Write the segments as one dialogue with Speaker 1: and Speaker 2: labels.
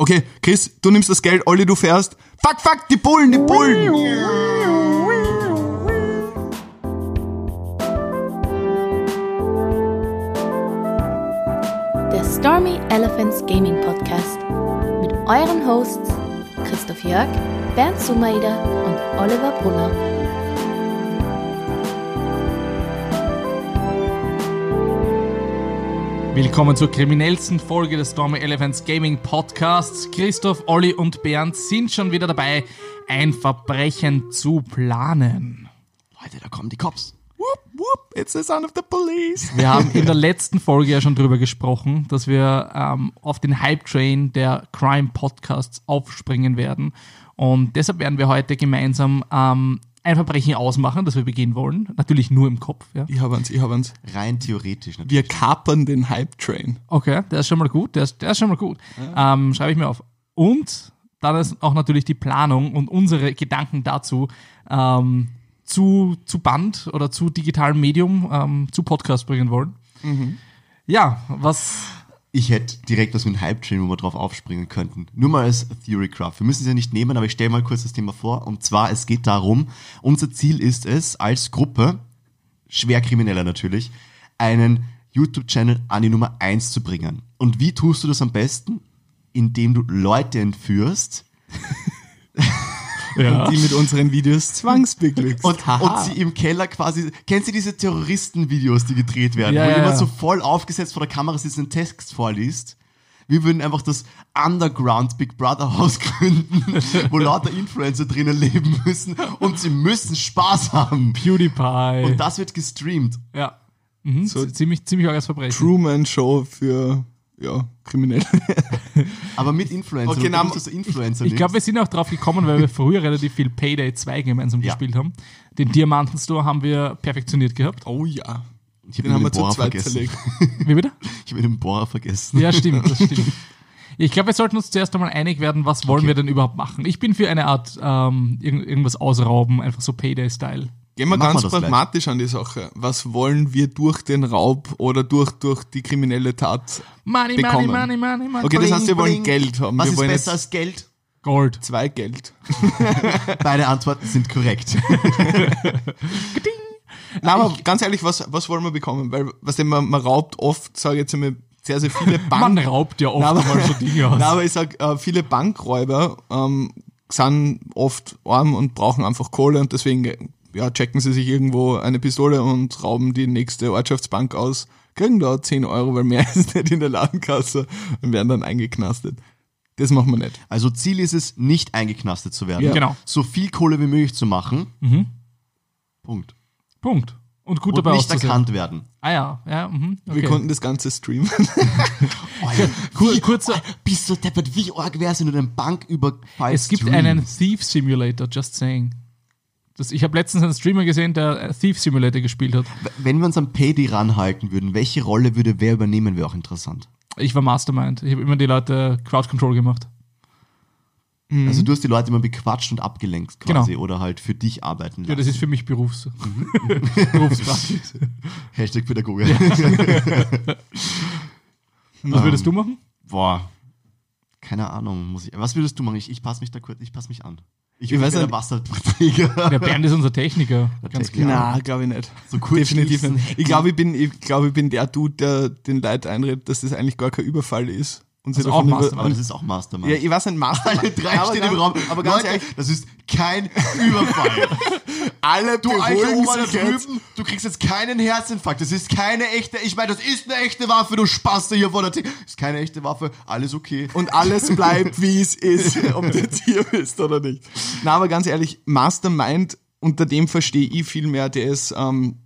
Speaker 1: Okay, Chris, du nimmst das Geld, Olli, du fährst. Fuck, fuck, die Bullen, die Bullen!
Speaker 2: Der Stormy Elephants Gaming Podcast mit euren Hosts Christoph Jörg, Bernd Sumaida und Oliver Brunner.
Speaker 3: Willkommen zur kriminellsten Folge des Stormy Elephants Gaming Podcasts. Christoph, Olli und Bernd sind schon wieder dabei, ein Verbrechen zu planen.
Speaker 1: Leute, da kommen die Cops. Whoop, whoop, it's the son of the police.
Speaker 3: Wir haben in der letzten Folge ja schon drüber gesprochen, dass wir ähm, auf den Hype-Train der Crime-Podcasts aufspringen werden. Und deshalb werden wir heute gemeinsam ähm, ein Verbrechen ausmachen, das wir begehen wollen. Natürlich nur im Kopf. Ja.
Speaker 1: Ich hab eins, ich hab eins.
Speaker 4: Rein theoretisch
Speaker 1: Wir
Speaker 4: natürlich.
Speaker 1: kapern den Hype-Train.
Speaker 3: Okay, der ist schon mal gut, der ist, der ist schon mal gut. Ähm, Schreibe ich mir auf. Und dann ist auch natürlich die Planung und unsere Gedanken dazu ähm, zu, zu Band oder zu digitalem Medium, ähm, zu Podcast bringen wollen. Mhm. Ja, was.
Speaker 4: Ich hätte direkt was mit einem Hype-Train, wo wir drauf aufspringen könnten. Nur mal als Theorycraft. Wir müssen es ja nicht nehmen, aber ich stelle mal kurz das Thema vor. Und zwar, es geht darum, unser Ziel ist es, als Gruppe, Schwerkrimineller natürlich, einen YouTube-Channel an die Nummer 1 zu bringen. Und wie tust du das am besten? Indem du Leute entführst
Speaker 1: Die mit unseren Videos zwangsbeglückt.
Speaker 4: und, und sie im Keller quasi. Kennst du diese Terroristen-Videos, die gedreht werden,
Speaker 3: Ja,
Speaker 4: wo
Speaker 3: ja, ja.
Speaker 4: jemand so voll aufgesetzt vor der Kamera sitzt und einen Text vorliest? Wir würden einfach das Underground Big Brother Haus gründen, wo lauter Influencer drinnen leben müssen und sie müssen Spaß haben.
Speaker 3: PewDiePie.
Speaker 4: Und das wird gestreamt.
Speaker 3: ja. Mhm, so ziemlich, ziemlich arges Verbrechen.
Speaker 1: Truman-Show für, ja, Kriminelle.
Speaker 4: Aber mit Influencer.
Speaker 1: Okay, na,
Speaker 4: du musst also Influencer
Speaker 3: Ich glaube,
Speaker 4: nimmst.
Speaker 3: wir sind auch drauf gekommen, weil wir früher relativ viel Payday 2 gemeinsam
Speaker 4: Ja.
Speaker 3: gespielt haben. Den Diamantenstore haben wir perfektioniert gehabt.
Speaker 1: Oh ja.
Speaker 4: ich hab
Speaker 1: Den haben wir
Speaker 4: den
Speaker 1: zu
Speaker 4: Bohrer
Speaker 1: zweit
Speaker 4: vergessen.
Speaker 1: zerlegt.
Speaker 3: Wie bitte?
Speaker 4: Ich habe den Bohrer vergessen.
Speaker 3: Ja, stimmt, das stimmt. Ich glaube, wir sollten uns zuerst einmal einig werden, was wollen wir denn überhaupt machen. Ich bin für eine Art ähm, irgend, irgendwas ausrauben, einfach so Payday-Style.
Speaker 1: Gehen wir ganz
Speaker 4: Machen wir das gleich.
Speaker 1: pragmatisch an die Sache. Was wollen wir durch den Raub oder durch, durch die kriminelle Tat
Speaker 3: Money,
Speaker 1: bekommen?
Speaker 3: money, money, money, money.
Speaker 1: Okay, das heißt, wir
Speaker 4: Bling,
Speaker 1: wollen
Speaker 4: bling.
Speaker 1: Geld haben.
Speaker 4: Was
Speaker 1: wir
Speaker 4: ist
Speaker 1: wollen
Speaker 4: besser
Speaker 1: jetzt
Speaker 4: als Geld?
Speaker 3: Gold.
Speaker 1: zwei Geld.
Speaker 4: Beide Antworten sind korrekt.
Speaker 1: Nein, aber ganz ehrlich, was, was wollen wir bekommen? Weil, was denn, man, man raubt oft, sage ich jetzt einmal, sehr, sehr viele Banken.
Speaker 3: Man raubt ja oft
Speaker 1: aber-
Speaker 3: mal so Dinge aus.
Speaker 1: Nein, aber ich sag, äh, viele Bankräuber ähm, sind oft arm und brauchen einfach Kohle und deswegen ja, checken sie sich irgendwo eine Pistole und rauben die nächste Ortschaftsbank aus, kriegen da 10 Euro, weil mehr ist nicht in der Ladenkasse und werden dann eingeknastet. Das machen wir nicht.
Speaker 4: Also Ziel ist es, nicht eingeknastet zu werden.
Speaker 1: Ja.
Speaker 3: Genau.
Speaker 4: So viel Kohle wie möglich zu machen. Punkt.
Speaker 3: Punkt. Und gut
Speaker 4: Und
Speaker 3: dabei
Speaker 4: nicht
Speaker 3: auszusehen.
Speaker 4: erkannt werden.
Speaker 3: Ah ja, ja, mhm, okay.
Speaker 1: Wir konnten das Ganze streamen.
Speaker 3: Kur kurzer,
Speaker 4: Oh Bist du deppert, wie arg wär's, wenn du den Banküberfall
Speaker 3: Es gibt
Speaker 4: streamst?
Speaker 3: einen Thief Simulator, just saying. Das, ich habe letztens einen Streamer gesehen, der äh, Thief Simulator gespielt hat.
Speaker 4: Wenn wir uns am Payday ranhalten würden, welche Rolle würde wer übernehmen, wäre auch interessant.
Speaker 3: Ich war Mastermind. Ich habe immer die Leute Crowd Control gemacht. Mhm.
Speaker 4: Also du hast die Leute immer bequatscht und abgelenkt quasi oder halt für dich arbeiten
Speaker 3: Genau. Ja,
Speaker 4: lassen.
Speaker 3: das ist für mich Berufs
Speaker 1: Mhm.
Speaker 3: Berufspraxis.
Speaker 4: Hashtag Pädagoge.
Speaker 3: Was würdest du machen?
Speaker 4: Boah. Keine Ahnung, muss ich. Was würdest du machen? Ich, ich passe mich da kurz, ich passe mich an. Ich,
Speaker 1: weiß
Speaker 4: weiß
Speaker 1: nicht.
Speaker 4: ein Wasserträger.
Speaker 3: Der Bernd ist unser Techniker. Ganz
Speaker 4: Techniker.
Speaker 3: klar.
Speaker 1: Na, glaube ich nicht.
Speaker 4: So kurz
Speaker 1: Definitiv
Speaker 4: schnipsen,
Speaker 1: nicht. Ich glaube, ich bin, ich glaube, ich bin der Dude, der den Leuten einredet, dass das eigentlich gar kein Überfall ist. Und sie
Speaker 3: Also auch
Speaker 1: davon über-
Speaker 3: Mastermind.
Speaker 4: Aber das ist auch Mastermind.
Speaker 1: Ja, ich weiß ein Mastermind.
Speaker 4: Alle drei stehen im Raum.
Speaker 1: Aber ganz
Speaker 4: Leute,
Speaker 1: ehrlich,
Speaker 4: das ist kein Überfall.
Speaker 1: alle
Speaker 4: Du alter
Speaker 1: beruhigen
Speaker 4: Oma da
Speaker 1: sich jetzt.
Speaker 4: drüben, du kriegst jetzt keinen Herzinfarkt. Das ist keine echte, ich meine, das ist eine echte Waffe, du Spaste hier vor der Tür. Das ist keine echte Waffe, alles okay.
Speaker 1: und alles bleibt, wie es ist, ob du jetzt hier bist oder nicht. Na, aber ganz ehrlich, Mastermind, unter dem verstehe ich viel mehr, der ist, ähm,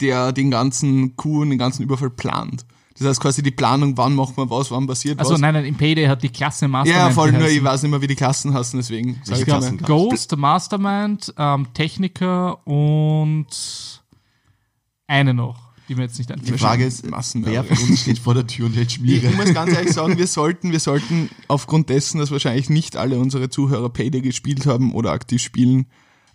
Speaker 1: der den ganzen Coup und den ganzen Überfall plant. Das heißt quasi die Planung, wann macht man was, wann passiert
Speaker 3: Also
Speaker 1: was.
Speaker 3: nein, nein, im Payday hat die Klasse Mastermind.
Speaker 1: ja, voll, nur
Speaker 3: geheißen.
Speaker 1: ich weiß nicht mehr, wie die Klassen heißen, deswegen sag ich
Speaker 4: Welche
Speaker 1: gar
Speaker 4: Klassen?
Speaker 1: nicht.
Speaker 3: Ghost, Mastermind, ähm, Techniker und eine noch, die mir jetzt nicht
Speaker 4: Die
Speaker 3: einfällt.
Speaker 4: Frage ist, wer
Speaker 1: Massenware.
Speaker 4: von uns steht vor der Tür und hält
Speaker 1: Ich
Speaker 4: Schmiere?
Speaker 1: muss ganz ehrlich sagen, wir sollten, wir sollten aufgrund dessen, dass wahrscheinlich nicht alle unsere Zuhörer Payday gespielt haben oder aktiv spielen,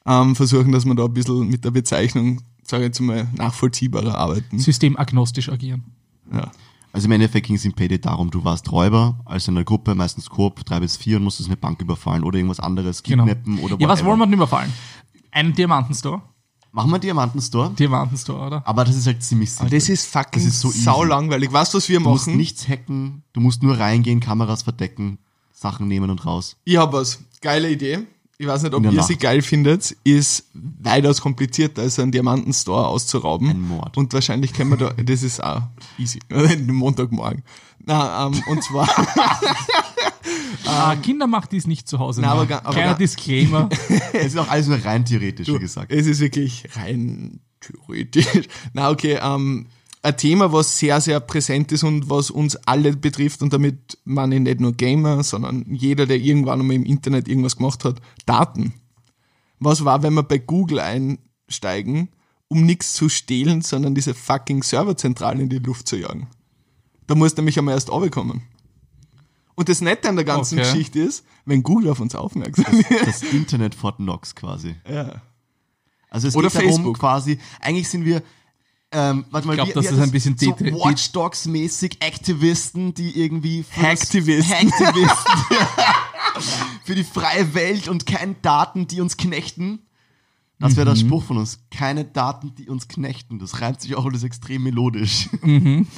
Speaker 1: ähm, versuchen, dass wir da ein bisschen mit der Bezeichnung, sage ich jetzt mal, nachvollziehbarer arbeiten.
Speaker 3: Systemagnostisch agieren.
Speaker 1: Ja.
Speaker 4: Also im Endeffekt ging es in PD darum, du warst Räuber, also in der Gruppe, meistens Koop, drei bis vier und musstest eine Bank überfallen oder irgendwas anderes,
Speaker 3: Genau.
Speaker 4: kidnappen oder
Speaker 3: ja, was
Speaker 4: whatever.
Speaker 3: wollen wir denn überfallen? Einen Diamantenstore?
Speaker 4: Machen wir einen Diamantenstore?
Speaker 3: Diamantenstore, oder?
Speaker 1: Ah.
Speaker 4: Aber das ist halt ziemlich simpel.
Speaker 1: Aber das ist fucking
Speaker 4: Das ist so easy.
Speaker 1: saulangweilig. Weißt du, was wir
Speaker 4: Du musst
Speaker 1: machen?
Speaker 4: nichts hacken, du musst nur reingehen, Kameras verdecken, Sachen nehmen und raus.
Speaker 1: Ich hab was. Geile Idee. Ich weiß nicht, ob
Speaker 4: In der
Speaker 1: ihr
Speaker 4: Nacht.
Speaker 1: sie geil findet. Ist weitaus komplizierter, als einen Diamantenstore auszurauben.
Speaker 4: Ein Mord.
Speaker 1: Und wahrscheinlich können wir da, das ist auch easy. Montagmorgen. Na, ähm, und zwar,
Speaker 3: Ah, Kinder macht dies nicht zu Hause.
Speaker 1: Na, aber
Speaker 3: machen.
Speaker 1: ga- aber
Speaker 3: Kleiner
Speaker 1: ga-
Speaker 3: Disclaimer.
Speaker 4: Es ist auch alles nur rein theoretisch, wie gesagt.
Speaker 1: es ist wirklich rein theoretisch. Na, okay, ähm, ein Thema, was sehr, sehr präsent ist und was uns alle betrifft und damit man nicht nur Gamer, sondern jeder, der irgendwann einmal im Internet irgendwas gemacht hat, Daten. was war, wenn wir bei Google einsteigen, um nichts zu stehlen, sondern diese fucking Serverzentrale in die Luft zu jagen. Da musst du nämlich einmal erst runterkommen. Und das Nette an der ganzen
Speaker 3: Okay.
Speaker 1: Geschichte ist, wenn Google auf uns aufmerksam ist.
Speaker 4: Das Internet Fort Knox quasi.
Speaker 1: Ja.
Speaker 4: Also es
Speaker 1: Oder
Speaker 4: geht darum,
Speaker 1: Facebook.
Speaker 4: quasi, eigentlich sind wir, ähm, warte mal,
Speaker 3: glaub,
Speaker 4: wir,
Speaker 3: das
Speaker 4: wir
Speaker 3: ist ein bisschen
Speaker 4: so
Speaker 3: Tetri-
Speaker 4: Watchdogs-mäßig Aktivisten, die irgendwie für das-
Speaker 1: Hacktivisten.
Speaker 4: Hacktivisten für die freie Welt und keine Daten, die uns knechten. Das wäre der
Speaker 3: Mhm.
Speaker 4: Spruch von uns. Keine Daten, die uns knechten. Das reimt sich auch alles extrem melodisch.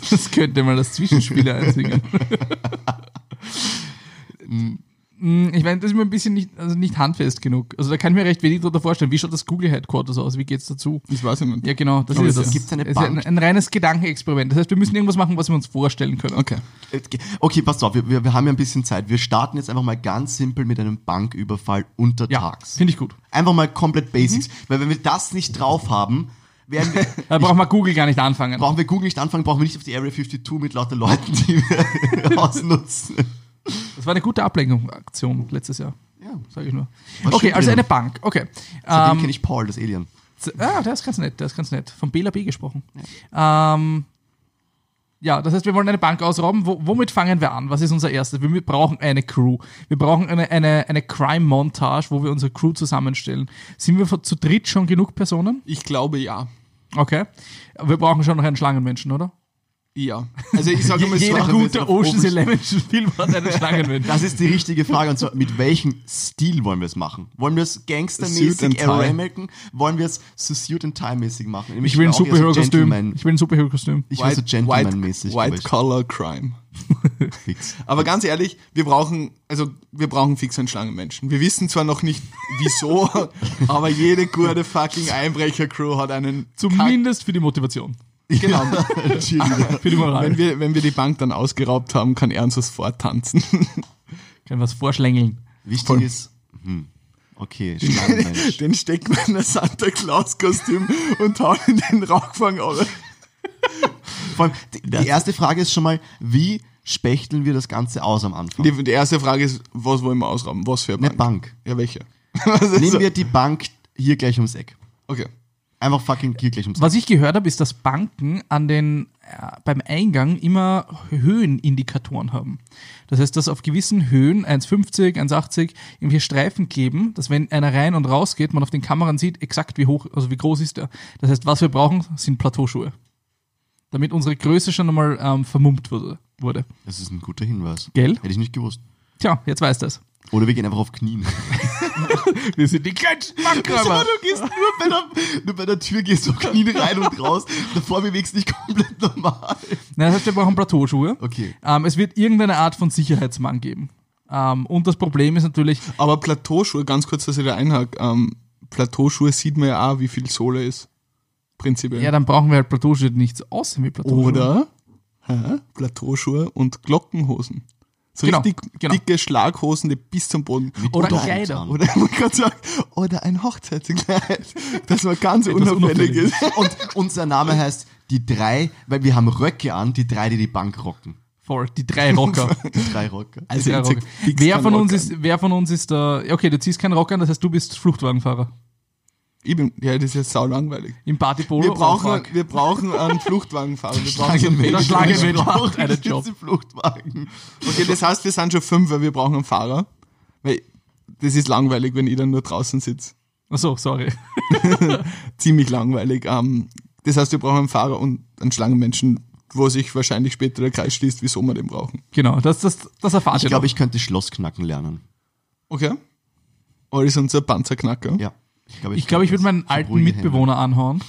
Speaker 3: Das könnte mal das Zwischenspiel einsingen. Mm, ich meine, das ist mir ein bisschen nicht, also nicht handfest genug. Also da kann ich mir recht wenig darunter vorstellen. Wie schaut das Google Headquarters aus? Wie geht's dazu?
Speaker 1: Das weiß ich nicht.
Speaker 3: Ja, genau, das
Speaker 4: Aber
Speaker 3: ist
Speaker 4: es
Speaker 3: es.
Speaker 4: gibt eine
Speaker 3: Es ist ein,
Speaker 4: Bank.
Speaker 3: ein reines Gedankenexperiment. Das heißt, wir müssen irgendwas machen, was wir uns vorstellen können.
Speaker 1: Okay.
Speaker 4: Äh, Okay, passt auf, wir, wir, wir haben ja ein bisschen Zeit. Wir starten jetzt einfach mal ganz simpel mit einem Banküberfall
Speaker 3: Ja, Mhm.
Speaker 4: untertags.
Speaker 3: finde ich gut.
Speaker 4: Einfach mal komplett Basics. Weil wenn wir das nicht drauf haben, werden wir,
Speaker 3: Da brauchen wir Google gar nicht anfangen.
Speaker 4: brauchen wir Google nicht anfangen, brauchen wir nicht auf die Area 52 mit lauter Leuten, die wir ausnutzen.
Speaker 3: Das war eine gute Ablenkungsaktion letztes Jahr.
Speaker 4: Ja.
Speaker 3: Sage ich nur.
Speaker 4: War
Speaker 3: okay,
Speaker 4: schön
Speaker 3: also
Speaker 4: drinnen.
Speaker 3: eine Bank. Okay.
Speaker 4: Seitdem
Speaker 3: Ähm,
Speaker 4: kenne ich Paul, das Alien.
Speaker 3: Z- Ah, der ist ganz nett, der ist ganz nett. Vom BLAB gesprochen. Ähm, ja, das heißt, wir wollen eine Bank ausrauben. Wo, womit fangen wir an? Was ist unser erstes? Wir brauchen eine Crew. Wir brauchen eine, eine, eine Crime-Montage, wo wir unsere Crew zusammenstellen. Sind wir von- zu dritt schon genug Personen?
Speaker 1: Ich glaube ja.
Speaker 3: Okay. Wir brauchen schon noch einen Schlangenmenschen, oder?
Speaker 1: Ja. Also ich sage mal
Speaker 3: Jeder
Speaker 1: so,
Speaker 3: gute Ocean's
Speaker 4: Ocean's-
Speaker 3: Eleven-Film hat einen Schlangenmenschen.
Speaker 4: Das ist die richtige Frage. Und zwar, mit welchem Stil wollen wir es machen? Wollen wir es
Speaker 1: Suit and
Speaker 4: gangstermäßig
Speaker 1: tie.
Speaker 4: Aramaiken? Wollen wir es so Suit and Tie mäßig machen?
Speaker 3: Ich will ein
Speaker 4: auch eher so
Speaker 3: Superhero-Kostüm.
Speaker 4: Gentleman-
Speaker 3: Ich will ein Superhero-Kostüm.
Speaker 4: Ich will so
Speaker 1: White,
Speaker 4: Gentleman-mäßig. glaub
Speaker 1: white
Speaker 4: ich.
Speaker 1: Collar Crime.
Speaker 4: Fix.
Speaker 1: Aber ganz ehrlich, wir brauchen, also wir brauchen fix einen Schlangenmenschen. Wir wissen zwar noch nicht wieso, aber jede gute fucking Einbrecher-Crew hat einen Kack-
Speaker 3: Zumindest für die Motivation.
Speaker 1: Genau.
Speaker 4: Cheerleader.
Speaker 3: Für die Moral.
Speaker 1: wenn, wir, wenn wir die Bank dann ausgeraubt haben, kann er uns was vortanzen.
Speaker 3: Können wir es vorschlängeln.
Speaker 4: Wichtig
Speaker 1: Voll.
Speaker 4: ist. Hm. Okay, Schlangenmensch.
Speaker 1: den steckt man in ein Santa Claus-Kostüm und haut in den Rauchfang auf.
Speaker 4: Vor allem, die, die erste Frage ist schon mal, wie spechteln wir das Ganze aus am Anfang?
Speaker 1: Die, die erste Frage ist, was wollen wir ausrauben? Was für eine
Speaker 4: Eine
Speaker 1: Bank?
Speaker 4: Bank.
Speaker 1: Ja, welche? Was ist
Speaker 4: Nehmen
Speaker 3: Also-
Speaker 1: so?
Speaker 4: wir die Bank hier gleich ums Eck.
Speaker 1: Okay.
Speaker 4: Einfach fucking hier gleich ums Eck.
Speaker 3: Was ich gehört habe, ist, dass Banken an den, äh, beim Eingang immer Höhenindikatoren haben. Das heißt, dass auf gewissen Höhen, 1,50, 1,80, irgendwie Streifen kleben, dass wenn einer rein und raus geht, man auf den Kameran sieht, exakt wie hoch, also wie groß ist der. Das heißt, was wir brauchen, sind Plateauschuhe. Damit unsere Größe schon einmal ähm, vermummt wurde, wurde.
Speaker 4: Das ist ein guter Hinweis.
Speaker 3: Gell?
Speaker 4: Hätte ich nicht gewusst.
Speaker 3: Tja, jetzt weiß das.
Speaker 4: Oder wir gehen einfach auf Knien.
Speaker 3: Wir sind die kleinsten Bankräuber.
Speaker 4: du gehst nur bei, der, nur bei der Tür gehst du auf Knien rein und raus. Davor bewegst du dich komplett normal.
Speaker 3: Nein, das heißt, wir brauchen Plateauschuhe.
Speaker 4: Okay.
Speaker 3: Ähm, es wird irgendeine Art von Sicherheitsmann geben. Ähm, und das Problem ist natürlich,
Speaker 1: Aber Plateauschuhe, ganz kurz, dass ich da einhake. Ähm, Plateauschuhe sieht man ja auch, wie viel Sohle ist. Prinzipiell.
Speaker 3: Ja, dann brauchen wir halt Plateauschuhe, die nicht so aussehen wie Plateauschuhe.
Speaker 1: Oder hä? Plateauschuhe und Glockenhosen. So
Speaker 3: Genau,
Speaker 1: richtig
Speaker 3: genau.
Speaker 1: dicke Schlaghosen, die bis zum Boden.
Speaker 3: Oder
Speaker 4: Unterhose
Speaker 3: Kleider.
Speaker 4: an.
Speaker 1: Oder man kann sagen, oder ein Hochzeitskleid, dass man ganz unauffällig
Speaker 3: unauffällig.
Speaker 1: ist.
Speaker 4: Und unser Name heißt die drei, weil wir haben Röcke an, die drei, die die Bank rocken.
Speaker 3: Voll, die drei Rocker.
Speaker 4: Die drei Rocker.
Speaker 3: Die drei
Speaker 1: ich zieh
Speaker 3: Rocker.
Speaker 1: fix
Speaker 3: Wer
Speaker 1: keinen
Speaker 3: von uns
Speaker 1: Rock
Speaker 3: ist,
Speaker 1: an.
Speaker 3: wer von uns ist der, ja, okay, du ziehst keinen Rock an, das heißt, du bist Fluchtwagenfahrer.
Speaker 1: Ich bin, ja, das ist ja sau langweilig.
Speaker 3: Im Party Polo.
Speaker 1: Wir brauchen, wir brauchen einen Fluchtwagenfahrer. Wir brauchen so einen
Speaker 4: Schlagenmensch.
Speaker 1: Federschlag-
Speaker 3: Schlagenmensch macht einen
Speaker 4: Spitze
Speaker 3: Job.
Speaker 4: Fluchtwagen.
Speaker 1: Okay, das heißt, wir sind schon fünf, weil wir brauchen einen Fahrer. Weil das ist langweilig, wenn ich dann nur draußen sitze.
Speaker 3: Achso, sorry.
Speaker 1: Ziemlich langweilig. Ähm, das heißt, wir brauchen einen Fahrer und einen Schlangenmenschen, wo sich wahrscheinlich später der Kreis schließt, wieso wir den brauchen.
Speaker 3: Genau, das, das, das erfahrt
Speaker 4: Ich
Speaker 3: ihr
Speaker 4: glaube,
Speaker 3: noch.
Speaker 4: ich könnte Schloss knacken lernen.
Speaker 1: Okay? Olli ist unser Panzerknacker.
Speaker 4: Ja. Ich glaube,
Speaker 3: Ich glaube, ich würde
Speaker 4: das.
Speaker 3: meinen
Speaker 4: Ich hab
Speaker 3: alten
Speaker 4: ruhige Hände.
Speaker 3: Mitbewohner anhauen.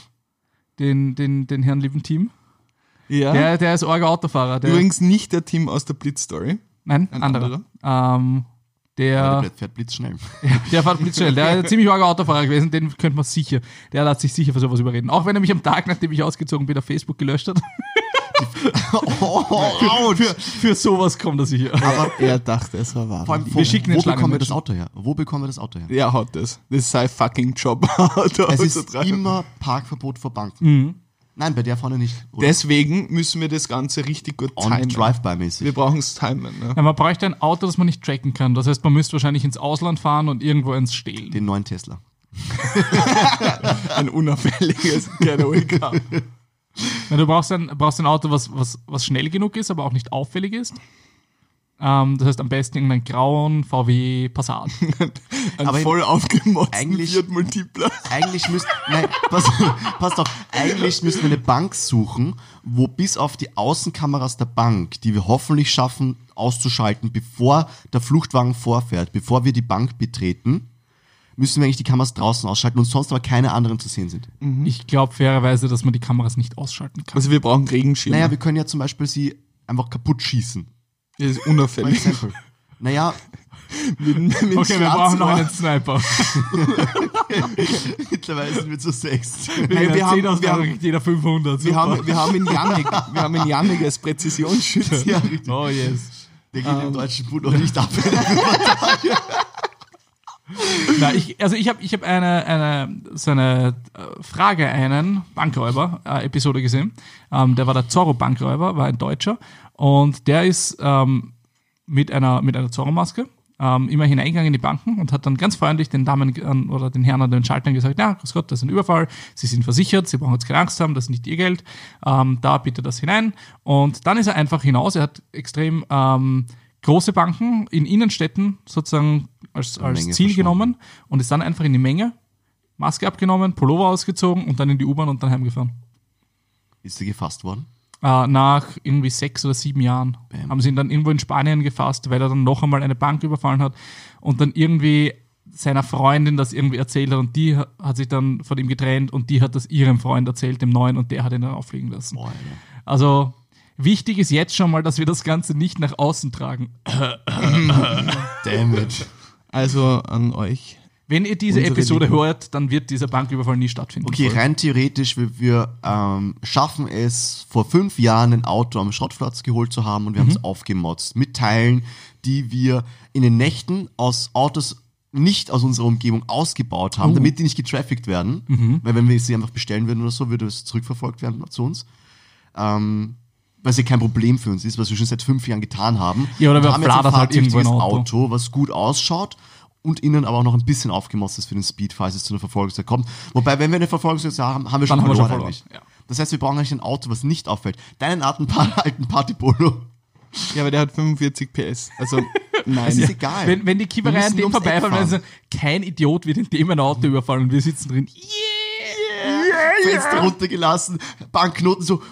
Speaker 3: Den, den, den Herrn lieben Team.
Speaker 1: Ja.
Speaker 3: Der, der ist arger Autofahrer. Der,
Speaker 1: Übrigens nicht der Team aus der Blitz-Story.
Speaker 3: nein,
Speaker 1: ein
Speaker 3: anderer. Ähm,
Speaker 4: Aber
Speaker 3: der,
Speaker 4: Der fährt blitzschnell.
Speaker 3: der fährt blitzschnell. Der ist ein ziemlich arger Autofahrer gewesen. Den könnte man sicher. Der lässt sich sicher für sowas überreden. Auch wenn er mich am Tag, nachdem ich ausgezogen bin, auf Facebook gelöscht hat.
Speaker 4: Oh, oh, für,
Speaker 3: Für sowas kommt er sicher.
Speaker 1: Aber er dachte, es war wahr.
Speaker 4: vor allem,
Speaker 3: Wir
Speaker 4: wo,
Speaker 3: schicken den
Speaker 4: wo bekommen wir das
Speaker 3: Schlangenmenschen.
Speaker 4: Auto her? Wo bekommen wir das Auto her?
Speaker 1: Ja, hat das. Das ist sein fucking Job. Auto
Speaker 4: Es ist
Speaker 1: auszutreiben.
Speaker 4: immer Parkverbot vor Banken. Nein, bei der vorne nicht. Oder
Speaker 1: Deswegen müssen wir das Ganze richtig gut
Speaker 4: on
Speaker 1: timen. Wir
Speaker 4: Drive-By-mäßig.
Speaker 1: brauchen es timen. Ne?
Speaker 3: Ja, man bräuchte ein Auto, das man nicht tracken kann. Das heißt, man müsste wahrscheinlich ins Ausland fahren und irgendwo eins stehlen.
Speaker 4: Den neuen Tesla.
Speaker 1: Ein unauffälliges Getaway Car.
Speaker 3: Na, du brauchst ein, brauchst ein Auto, was, was, was schnell genug ist, aber auch nicht auffällig ist. Ähm, das heißt, am besten irgendeinen grauen VW Passat.
Speaker 1: Ein
Speaker 4: Aber
Speaker 1: voll aufgemotzten
Speaker 4: eigentlich-
Speaker 1: Fiat Multipler.
Speaker 4: Eigentlich müsst, nein, pass, passt auf, eigentlich müssen wir eine Bank suchen, wo bis auf die Außenkameras der Bank, die wir hoffentlich schaffen auszuschalten, bevor der Fluchtwagen vorfährt, bevor wir die Bank betreten, müssen wir eigentlich die Kameras draußen ausschalten und sonst aber keine anderen zu sehen sind.
Speaker 1: Mhm.
Speaker 3: Ich glaube fairerweise, dass man die Kameras nicht ausschalten kann.
Speaker 1: Also wir brauchen Regenschirme.
Speaker 4: Naja, wir können ja zum Beispiel sie einfach kaputt schießen.
Speaker 1: das ist
Speaker 4: For
Speaker 1: unauffällig.
Speaker 4: example. Naja,
Speaker 3: Okay, wir brauchen noch einen Sniper.
Speaker 4: mittlerweile sind wir zu sechs.
Speaker 1: Nein, wir, haben, wir, haben,
Speaker 3: kriegt jeder 500.
Speaker 1: wir,
Speaker 3: Super.
Speaker 1: haben, wir haben in Janik, wir haben in Janik als Präzisionsschütze.
Speaker 4: Ja, richtig.
Speaker 3: oh yes.
Speaker 4: Der geht im deutschen Bund noch nicht ab.
Speaker 3: Na, ich, also ich habe ich hab eine, eine, so eine äh, Frage einen Bankräuber-Episode gesehen. Ähm, der war der Zorro-Bankräuber, war ein Deutscher. Und der ist ähm, mit einer, mit einer Zorro-Maske ähm, immer hineingegangen in die Banken und hat dann ganz freundlich den Damen an, oder den Herren an den Schaltern gesagt, ja, grüß Gott, das ist ein Überfall, Sie sind versichert, Sie brauchen jetzt keine Angst haben, das ist nicht Ihr Geld, ähm, da bitte das hinein. Und dann ist er einfach hinaus, er hat extrem ähm, große Banken in Innenstädten sozusagen als, als
Speaker 4: Menge
Speaker 3: Ziel
Speaker 4: verschwunden.
Speaker 3: genommen und ist dann einfach in die Menge, Maske abgenommen, Pullover ausgezogen und dann in die U-Bahn und dann heimgefahren.
Speaker 4: Ist sie gefasst worden?
Speaker 3: Äh, nach irgendwie sechs oder sieben Jahren
Speaker 4: Bam.
Speaker 3: haben sie ihn dann irgendwo in Spanien gefasst, weil er dann noch einmal eine Bank überfallen hat und dann irgendwie seiner Freundin das irgendwie erzählt hat und die ha- hat sich dann von ihm getrennt und die hat das ihrem Freund erzählt, dem neuen, und der hat ihn dann auffliegen lassen.
Speaker 4: Boah, Alter.
Speaker 3: Also wichtig ist jetzt schon mal, dass wir das Ganze nicht nach außen tragen.
Speaker 4: Damn it.
Speaker 1: Also an euch.
Speaker 3: Wenn ihr diese
Speaker 1: Unsere
Speaker 3: Episode
Speaker 1: Liebe.
Speaker 3: hört, dann wird dieser Banküberfall nie stattfinden.
Speaker 4: Okay, rein theoretisch, wir, wir ähm, schaffen es, vor fünf Jahren ein Auto am Schrottplatz geholt zu haben und wir haben
Speaker 3: Mhm.
Speaker 4: es aufgemotzt mit Teilen, die wir in den Nächten aus Autos nicht aus unserer Umgebung ausgebaut
Speaker 3: Oh.
Speaker 4: haben, damit die nicht getraffickt werden.
Speaker 3: Mhm.
Speaker 4: Weil wenn wir sie einfach bestellen würden oder so, würde es zurückverfolgt werden zu uns. Ähm, was ja kein Problem für uns ist, was wir schon seit fünf Jahren getan haben.
Speaker 3: Ja, oder
Speaker 4: Und
Speaker 3: wir
Speaker 4: haben jetzt
Speaker 3: fladern halt irgendwo ein
Speaker 4: fahrtüchtiges
Speaker 3: Auto.
Speaker 4: Auto, was gut ausschaut und innen aber auch noch ein bisschen aufgemotzt ist für den Speed, falls es zu einer Verfolgungsjagd kommt. Wobei, wenn wir eine Verfolgungsjagd haben, haben wir schon
Speaker 3: Dann haben wir
Speaker 4: verloren.
Speaker 3: schon
Speaker 4: eigentlich.
Speaker 3: verloren,
Speaker 4: Das heißt, wir brauchen eigentlich ein Auto, was nicht auffällt. Deinen alten, Pa- alten Partypolo.
Speaker 1: Ja, aber der hat 45 PS. Also
Speaker 4: Es ist
Speaker 1: nein.
Speaker 4: egal.
Speaker 3: Wenn, wenn die
Speaker 4: Wir
Speaker 3: Kieferei an
Speaker 4: müssen
Speaker 3: dem
Speaker 4: ums Eck
Speaker 3: vorbeifahren, werden sie
Speaker 4: fahren.
Speaker 3: sagen, kein Idiot wird in dem ein Auto überfallen und wir sitzen drin.
Speaker 4: Fenster runtergelassen, Banknoten so.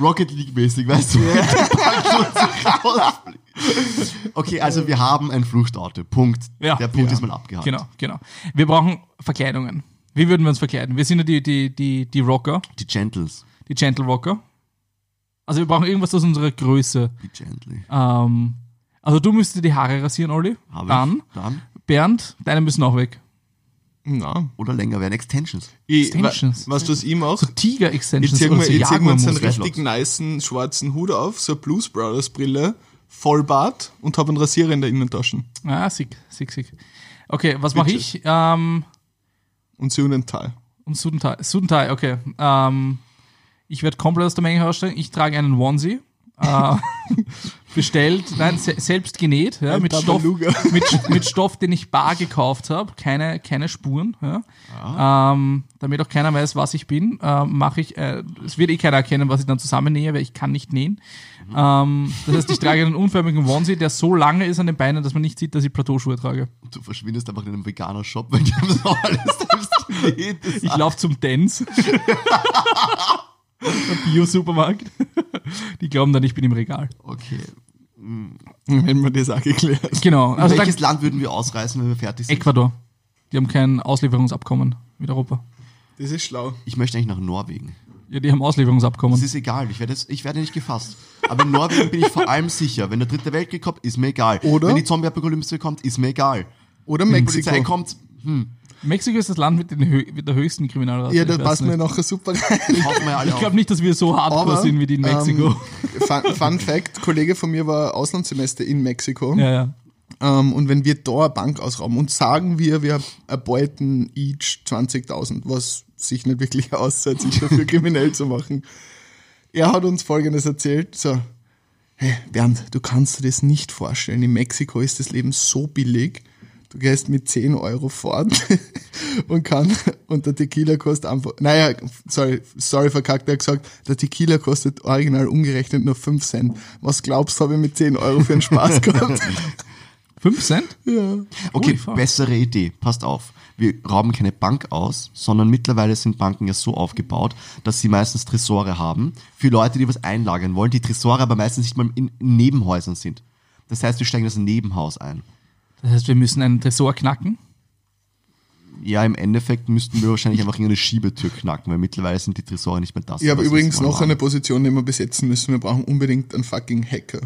Speaker 4: Rocket League-mäßig, weißt du? Die Banknoten so rausfliegen. okay, also wir haben ein Fluchtauto. Punkt.
Speaker 3: Ja.
Speaker 4: Der Punkt
Speaker 3: Ja.
Speaker 4: ist mal abgehakt.
Speaker 3: Genau, genau. Wir brauchen Verkleidungen. Wie würden wir uns verkleiden? Wir sind ja die, die, die, die Rocker,
Speaker 4: Die Gentles.
Speaker 3: die Gentle Rocker. Also wir brauchen irgendwas aus unserer Größe.
Speaker 4: Die Gently.
Speaker 3: Ähm, also du müsstest die Haare rasieren, Olli.
Speaker 4: Hab ich.
Speaker 3: Dann.
Speaker 4: Dann.
Speaker 3: Bernd, deine müssen auch weg.
Speaker 1: Na.
Speaker 4: Oder länger werden Extensions.
Speaker 1: Ich, wa
Speaker 3: Extensions.
Speaker 1: was du aus ihm auch? Jetzt
Speaker 3: Tiger-Extensions
Speaker 1: ziehen wir, jetzt ziehen wir uns einen
Speaker 3: Jaguar-Muskeln.
Speaker 1: richtig niceen schwarzen Hut auf, so eine Blues Brothers Brille, Vollbart und habe einen Rasierer in der Innentasche.
Speaker 3: Ah, sick, sick, sick. Okay, was mache ich? Ähm,
Speaker 1: Und so einen Teil.
Speaker 3: Und Sudentai. Sudentai, okay. Ähm, ich werde komplett aus der Menge herausstellen. Ich trage einen Onesie. Äh, bestellt, nein, se selbst genäht, ja,
Speaker 1: Ein
Speaker 3: mit, Stoff,
Speaker 1: Tabaluga.
Speaker 3: mit, mit Stoff, den ich bar gekauft habe. Keine, keine Spuren. Ja.
Speaker 1: Ah.
Speaker 3: Ähm, damit auch keiner weiß, was ich bin, äh, mache ich, äh, es wird eh keiner erkennen, was ich dann zusammennähe, weil ich kann nicht nähen.
Speaker 1: Mhm.
Speaker 3: Ähm, das heißt, ich trage einen unförmigen Onesie, der so lange ist an den Beinen, dass man nicht sieht, dass ich Plateauschuhe trage.
Speaker 4: Du verschwindest einfach in einem Veganer-Shop, weil die haben so alles selbst genäht. Das
Speaker 3: Ich laufe zum Dance. Ein Bio-Supermarkt. Die glauben dann, ich bin im Regal.
Speaker 4: Okay.
Speaker 1: Hätten wir das auch geklärt.
Speaker 3: Genau. Also
Speaker 4: Also
Speaker 3: da
Speaker 4: Welches Land würden wir ausreißen, wenn wir fertig sind?
Speaker 3: Ecuador. Die haben kein Auslieferungsabkommen mit Europa.
Speaker 1: Das ist schlau.
Speaker 4: Ich möchte eigentlich nach Norwegen.
Speaker 3: Ja, die haben Auslieferungsabkommen.
Speaker 4: Es ist egal, ich werde, jetzt- ich werde nicht gefasst. Aber in Norwegen bin ich vor allem sicher. Wenn der dritte Weltkrieg kommt, ist mir egal.
Speaker 1: Oder-
Speaker 4: Wenn die Zombie-Apokalypse kommt, ist mir egal.
Speaker 1: Oder
Speaker 4: Wenn die
Speaker 1: Mexiko.
Speaker 4: Polizei kommt, hm,
Speaker 3: Mexiko ist das Land mit, den hö mit der höchsten Kriminalrate.
Speaker 1: Ja, da
Speaker 3: Ich weiß
Speaker 1: passen wir
Speaker 3: nicht.
Speaker 1: nachher super rein.
Speaker 4: kaufen wir ja alle
Speaker 3: Ich glaube nicht, dass wir so hardcore sind wie die in Mexiko.
Speaker 1: ähm, Fun, Fun Fact: Kollege von mir war Auslandssemester in Mexiko.
Speaker 3: ja, ja.
Speaker 1: Ähm, und wenn wir da eine Bank ausrauben und sagen wir, wir erbeuten each 20.000, was sich nicht wirklich auszahlt, sich dafür kriminell zu machen. Er hat uns Folgendes erzählt, so, hey Bernd, du kannst dir das nicht vorstellen, in Mexiko ist das Leben so billig, du gehst mit 10 Euro fort und kann, und der Tequila kostet einfach, naja, sorry, sorry verkackt, er hat gesagt, der Tequila kostet original umgerechnet nur 5 Cent. Was glaubst du, habe ich mit 10 Euro für einen Spaß gehabt?
Speaker 3: 5 Cent?
Speaker 1: ja.
Speaker 4: Okay,
Speaker 3: Holy fuck.
Speaker 4: bessere Idee. Passt auf. Wir rauben keine Bank aus, sondern mittlerweile sind Banken ja so aufgebaut, dass sie meistens Tresore haben für Leute, die was einlagern wollen, die Tresore aber meistens nicht mal in Nebenhäusern sind. Das heißt, wir steigen das Nebenhaus ein.
Speaker 3: Das heißt, wir müssen einen Tresor knacken.
Speaker 4: Ja, im Endeffekt müssten wir wahrscheinlich einfach irgendeine Schiebetür knacken, weil mittlerweile sind die Tresore nicht mehr das.
Speaker 1: Ich habe
Speaker 4: was wir
Speaker 1: übrigens
Speaker 4: wollen
Speaker 1: noch
Speaker 4: haben.
Speaker 1: eine Position, die wir besetzen müssen. Wir brauchen unbedingt einen fucking Hacker.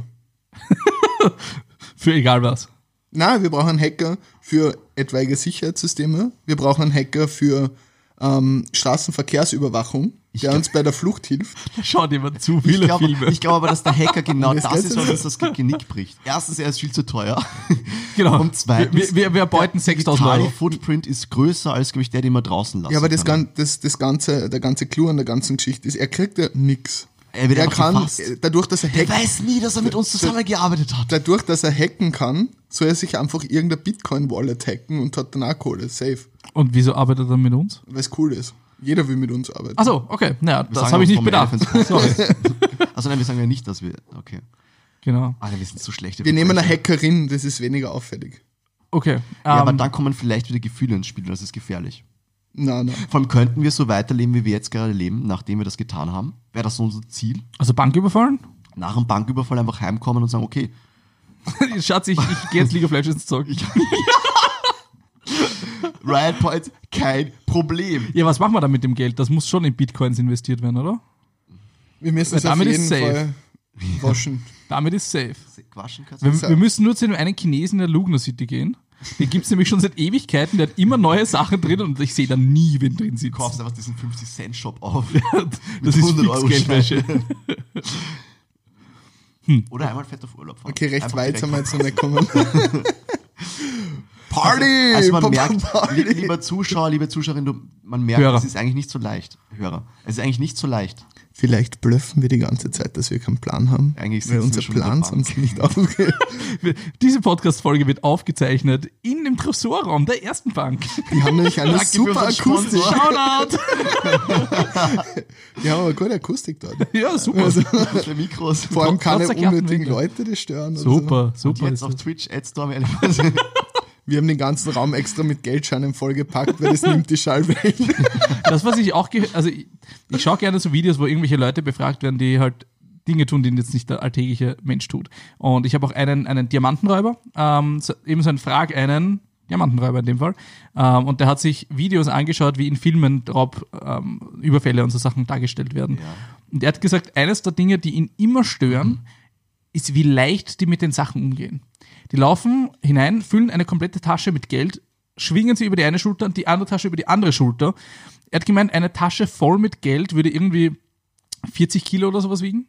Speaker 3: Für egal was.
Speaker 1: Nein, wir brauchen einen Hacker für etwaige Sicherheitssysteme. Wir brauchen einen Hacker für ähm, Straßenverkehrsüberwachung, der uns bei der Flucht hilft.
Speaker 3: Da schaut jemand zu
Speaker 4: Ich
Speaker 3: viele
Speaker 4: glaube
Speaker 3: Filme.
Speaker 4: ich glaube aber, dass der Hacker genau
Speaker 1: Das
Speaker 4: das ist,
Speaker 1: Ganze-
Speaker 4: was uns das Genick bricht. Erstens, er ist viel zu teuer.
Speaker 3: genau.
Speaker 4: Und zweitens,
Speaker 3: wir, wir, wir beuten
Speaker 4: der
Speaker 3: 6000 Euro.
Speaker 4: Footprint ist größer als, glaube ich, der, den wir draußen lassen.
Speaker 1: Ja, aber das,
Speaker 4: können.
Speaker 1: gan das, das ganze, der ganze Clou an der ganzen Geschichte ist, er kriegt ja nix.
Speaker 4: Er wird einfach
Speaker 1: kann,
Speaker 4: verpasst.
Speaker 1: dadurch, dass er
Speaker 4: Der
Speaker 1: hackt,
Speaker 4: weiß nie, dass er mit uns zusammengearbeitet hat.
Speaker 1: dadurch, dass er hacken kann, soll er sich einfach irgendein Bitcoin-Wallet hacken und hat danach Kohle, safe,
Speaker 3: Und wieso arbeitet er mit uns?
Speaker 1: weil es cool ist. Jeder will mit uns arbeiten.
Speaker 3: Achso, okay. Naja, das
Speaker 4: sagen
Speaker 3: habe ich
Speaker 4: uns
Speaker 3: nicht
Speaker 4: vom
Speaker 3: bedacht.
Speaker 4: Elephants
Speaker 3: Sorry.
Speaker 4: Also nein, wir sagen ja nicht, dass wir. Okay.
Speaker 3: Genau.
Speaker 4: Alter, wir sind so schlechte
Speaker 1: wir nehmen eine
Speaker 4: Verbrecher.
Speaker 1: Hackerin, das ist weniger auffällig.
Speaker 3: Okay.
Speaker 4: Ja, aber
Speaker 3: ähm,
Speaker 4: dann kommen vielleicht wieder Gefühle ins Spiel und das ist gefährlich.
Speaker 1: Nein, nein.
Speaker 4: Vor allem könnten wir so weiterleben, wie wir jetzt gerade leben, nachdem wir das getan haben. Wäre das so unser Ziel?
Speaker 3: also Bank überfallen?
Speaker 4: Nach dem Banküberfall einfach heimkommen und sagen, okay,
Speaker 3: Schatz, ich, ich gehe jetzt League of Legends zocken.
Speaker 4: Riot Points, kein Problem.
Speaker 3: Ja, was machen wir dann mit dem Geld? Das muss schon in Bitcoins investiert werden, oder?
Speaker 1: Wir müssen
Speaker 3: Weil
Speaker 1: es auf
Speaker 3: damit
Speaker 1: jeden
Speaker 3: ist safe.
Speaker 1: Fall waschen.
Speaker 3: Damit ist safe.
Speaker 4: Quatschen kannst du
Speaker 3: Wir,
Speaker 1: So.
Speaker 3: wir müssen nur zu dem einen Chinesen in der Lugner City gehen. Den gibt's nämlich schon seit Ewigkeiten. Der hat immer neue Sachen drin und ich sehe da nie, wen drin sitzt.
Speaker 4: kaufst einfach diesen 50-Cent-Shop auf.
Speaker 3: Das ist
Speaker 4: 100
Speaker 3: fix
Speaker 4: Euro
Speaker 3: Geldwäsche.
Speaker 4: Oder einmal fett auf Urlaub fahren.
Speaker 1: Okay, recht
Speaker 4: Einfach
Speaker 1: weit
Speaker 4: direkt
Speaker 1: sind wir jetzt noch nicht gekommen. Party!
Speaker 4: Also man
Speaker 1: Papa,
Speaker 4: merkt,
Speaker 1: Party!
Speaker 4: li- lieber Zuschauer, liebe Zuschauerin, du, man merkt,
Speaker 3: Hörer.
Speaker 4: es ist eigentlich nicht so leicht. Hörer. Es ist eigentlich nicht so leicht.
Speaker 1: Vielleicht blöffen wir die ganze Zeit, dass wir keinen Plan haben.
Speaker 4: Eigentlich sitzen
Speaker 1: weil
Speaker 4: wir
Speaker 1: unser
Speaker 4: schon
Speaker 1: Plan
Speaker 4: mit der Bank.
Speaker 1: sonst nicht aufgeht.
Speaker 3: Wir- Diese Podcast-Folge wird aufgezeichnet in dem Tresorraum der ersten Bank.
Speaker 1: Die haben nämlich eine
Speaker 4: Danke für
Speaker 1: super
Speaker 4: unseren Sponsor.
Speaker 1: Akustik.
Speaker 3: Shoutout!
Speaker 1: Die haben aber gute Akustik dort.
Speaker 3: Ja, super.
Speaker 4: Also- Unsere Mikros.
Speaker 1: Vor allem
Speaker 3: Gott-
Speaker 1: keine
Speaker 3: Gott sei Dank hatten
Speaker 1: unnötigen
Speaker 3: wir-
Speaker 1: Leute, die stören. und
Speaker 3: Super,
Speaker 4: Und
Speaker 3: super.
Speaker 4: jetzt
Speaker 3: Ist
Speaker 4: auf
Speaker 3: das.
Speaker 4: Twitch, Adstorm, Elephant.
Speaker 1: So. Wir haben den ganzen Raum extra mit Geldscheinen vollgepackt, weil es nimmt die Schallwellen.
Speaker 3: das, was ich auch gehört also ich, ich schaue gerne so Videos, wo irgendwelche Leute befragt werden, die halt Dinge tun, die jetzt nicht der alltägliche Mensch tut. Und ich habe auch einen, einen Diamantenräuber, ähm, so, eben so ein Frag einen Diamantenräuber in dem Fall. Ähm, und der hat sich Videos angeschaut, wie in Filmen Raub, ähm, Überfälle und so Sachen dargestellt werden. Und er hat gesagt, eines der Dinge, die ihn immer stören, ist, wie leicht die mit den Sachen umgehen. Die laufen hinein, füllen eine komplette Tasche mit Geld, schwingen sie über die eine Schulter und die andere Tasche über die andere Schulter. Er hat gemeint, eine Tasche voll mit Geld würde irgendwie 40 Kilo oder sowas wiegen.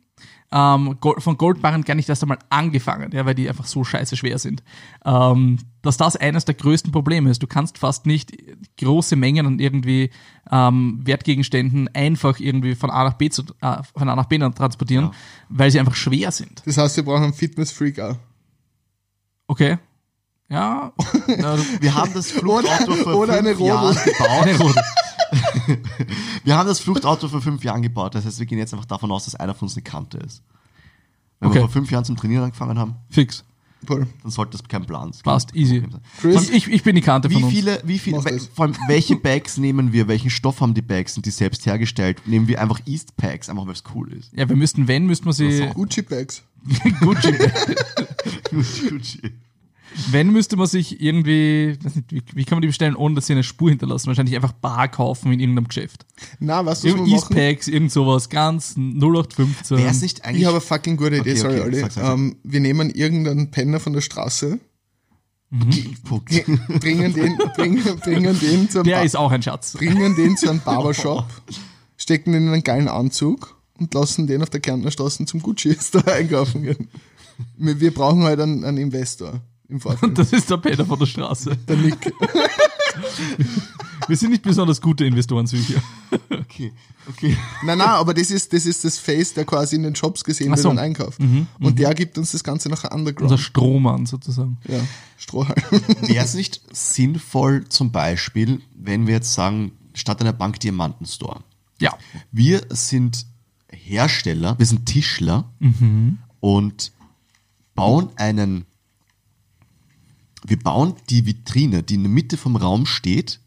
Speaker 3: Ähm, Gold, von Goldbarren gar nicht erst einmal angefangen, ja, weil die einfach so scheiße schwer sind. Ähm, dass das eines der größten Probleme ist. Du kannst fast nicht große Mengen an irgendwie ähm, Wertgegenständen einfach irgendwie von A nach B, zu, äh, von A nach B transportieren, weil sie einfach schwer sind.
Speaker 1: Das heißt, wir brauchen einen Fitness-Freak auch.
Speaker 3: Okay. Ja. Na,
Speaker 4: Wir haben das Fluchtauto vor
Speaker 1: oder
Speaker 4: fünf
Speaker 1: eine Robo.
Speaker 4: Jahren gebaut.
Speaker 3: eine rote.
Speaker 4: Wir haben das Fluchtauto vor fünf Jahren gebaut. Das heißt, wir gehen jetzt einfach davon aus, dass einer von uns eine Kante ist. Wenn
Speaker 3: Okay.
Speaker 4: wir vor fünf Jahren zum Trainieren angefangen haben,
Speaker 3: Fix.
Speaker 1: Voll.
Speaker 4: dann sollte das kein Plan sein.
Speaker 3: Passt, easy.
Speaker 1: Chris?
Speaker 3: Ich, ich bin die Kante
Speaker 4: Wie
Speaker 3: von uns.
Speaker 4: viele, wie viele,
Speaker 1: Mach
Speaker 4: we-
Speaker 1: das.
Speaker 4: vor allem, welche Bags nehmen wir? Welchen Stoff haben die Bags? Sind die selbst hergestellt? Nehmen wir einfach East Packs, einfach weil es cool ist.
Speaker 3: Ja, wir müssten, wenn, müssten wir sie,
Speaker 1: Gucci-Bags.
Speaker 4: Gucci. Gucci.
Speaker 1: Ähm,
Speaker 3: wenn, müsste man sich irgendwie, weiß nicht, wie, wie kann man die bestellen, ohne dass sie eine Spur hinterlassen? Wahrscheinlich einfach bar kaufen in irgendeinem Geschäft.
Speaker 1: Na, was du
Speaker 3: Irgend
Speaker 1: machen?
Speaker 3: Eastpacks, irgend sowas, ganz 0815.
Speaker 4: Wäre es nicht eigentlich.
Speaker 1: Ich habe eine fucking gute Idee,
Speaker 4: Okay,
Speaker 1: sorry,
Speaker 4: okay,
Speaker 1: Olli.
Speaker 4: sag, sag, sag.
Speaker 1: Ähm, wir nehmen irgendeinen Penner von der Straße,
Speaker 4: Punkt.
Speaker 1: bringen den, bringen, bringen den zum
Speaker 3: Der
Speaker 1: Ba-
Speaker 3: ist auch ein Schatz.
Speaker 1: bringen den zu einem Barbershop, stecken den in einen geilen Anzug und lassen den auf der Kärntner Straße zum Gucci da einkaufen gehen. Wir, wir brauchen halt einen, einen Investor im Vorfeld.
Speaker 3: Das ist der Peter von der Straße. Der Nick. Wir sind nicht besonders gute Investorensücher.
Speaker 4: Okay, okay.
Speaker 1: Nein, nein, aber das ist das, ist das Face, der quasi in den Shops gesehen
Speaker 3: Ach
Speaker 1: wird
Speaker 3: so. Mhm, Also
Speaker 1: und einkauft. und der gibt uns das Ganze nachher underground.
Speaker 3: Unser Strohmann sozusagen.
Speaker 1: ja, Strohhalm.
Speaker 4: Wäre es nicht sinnvoll, zum Beispiel, wenn wir jetzt sagen, statt einer Bank Diamanten Store?
Speaker 3: Ja.
Speaker 4: Wir sind Hersteller, wir sind Tischler und bauen einen. Wir bauen die Vitrine, die in der Mitte vom Raum steht,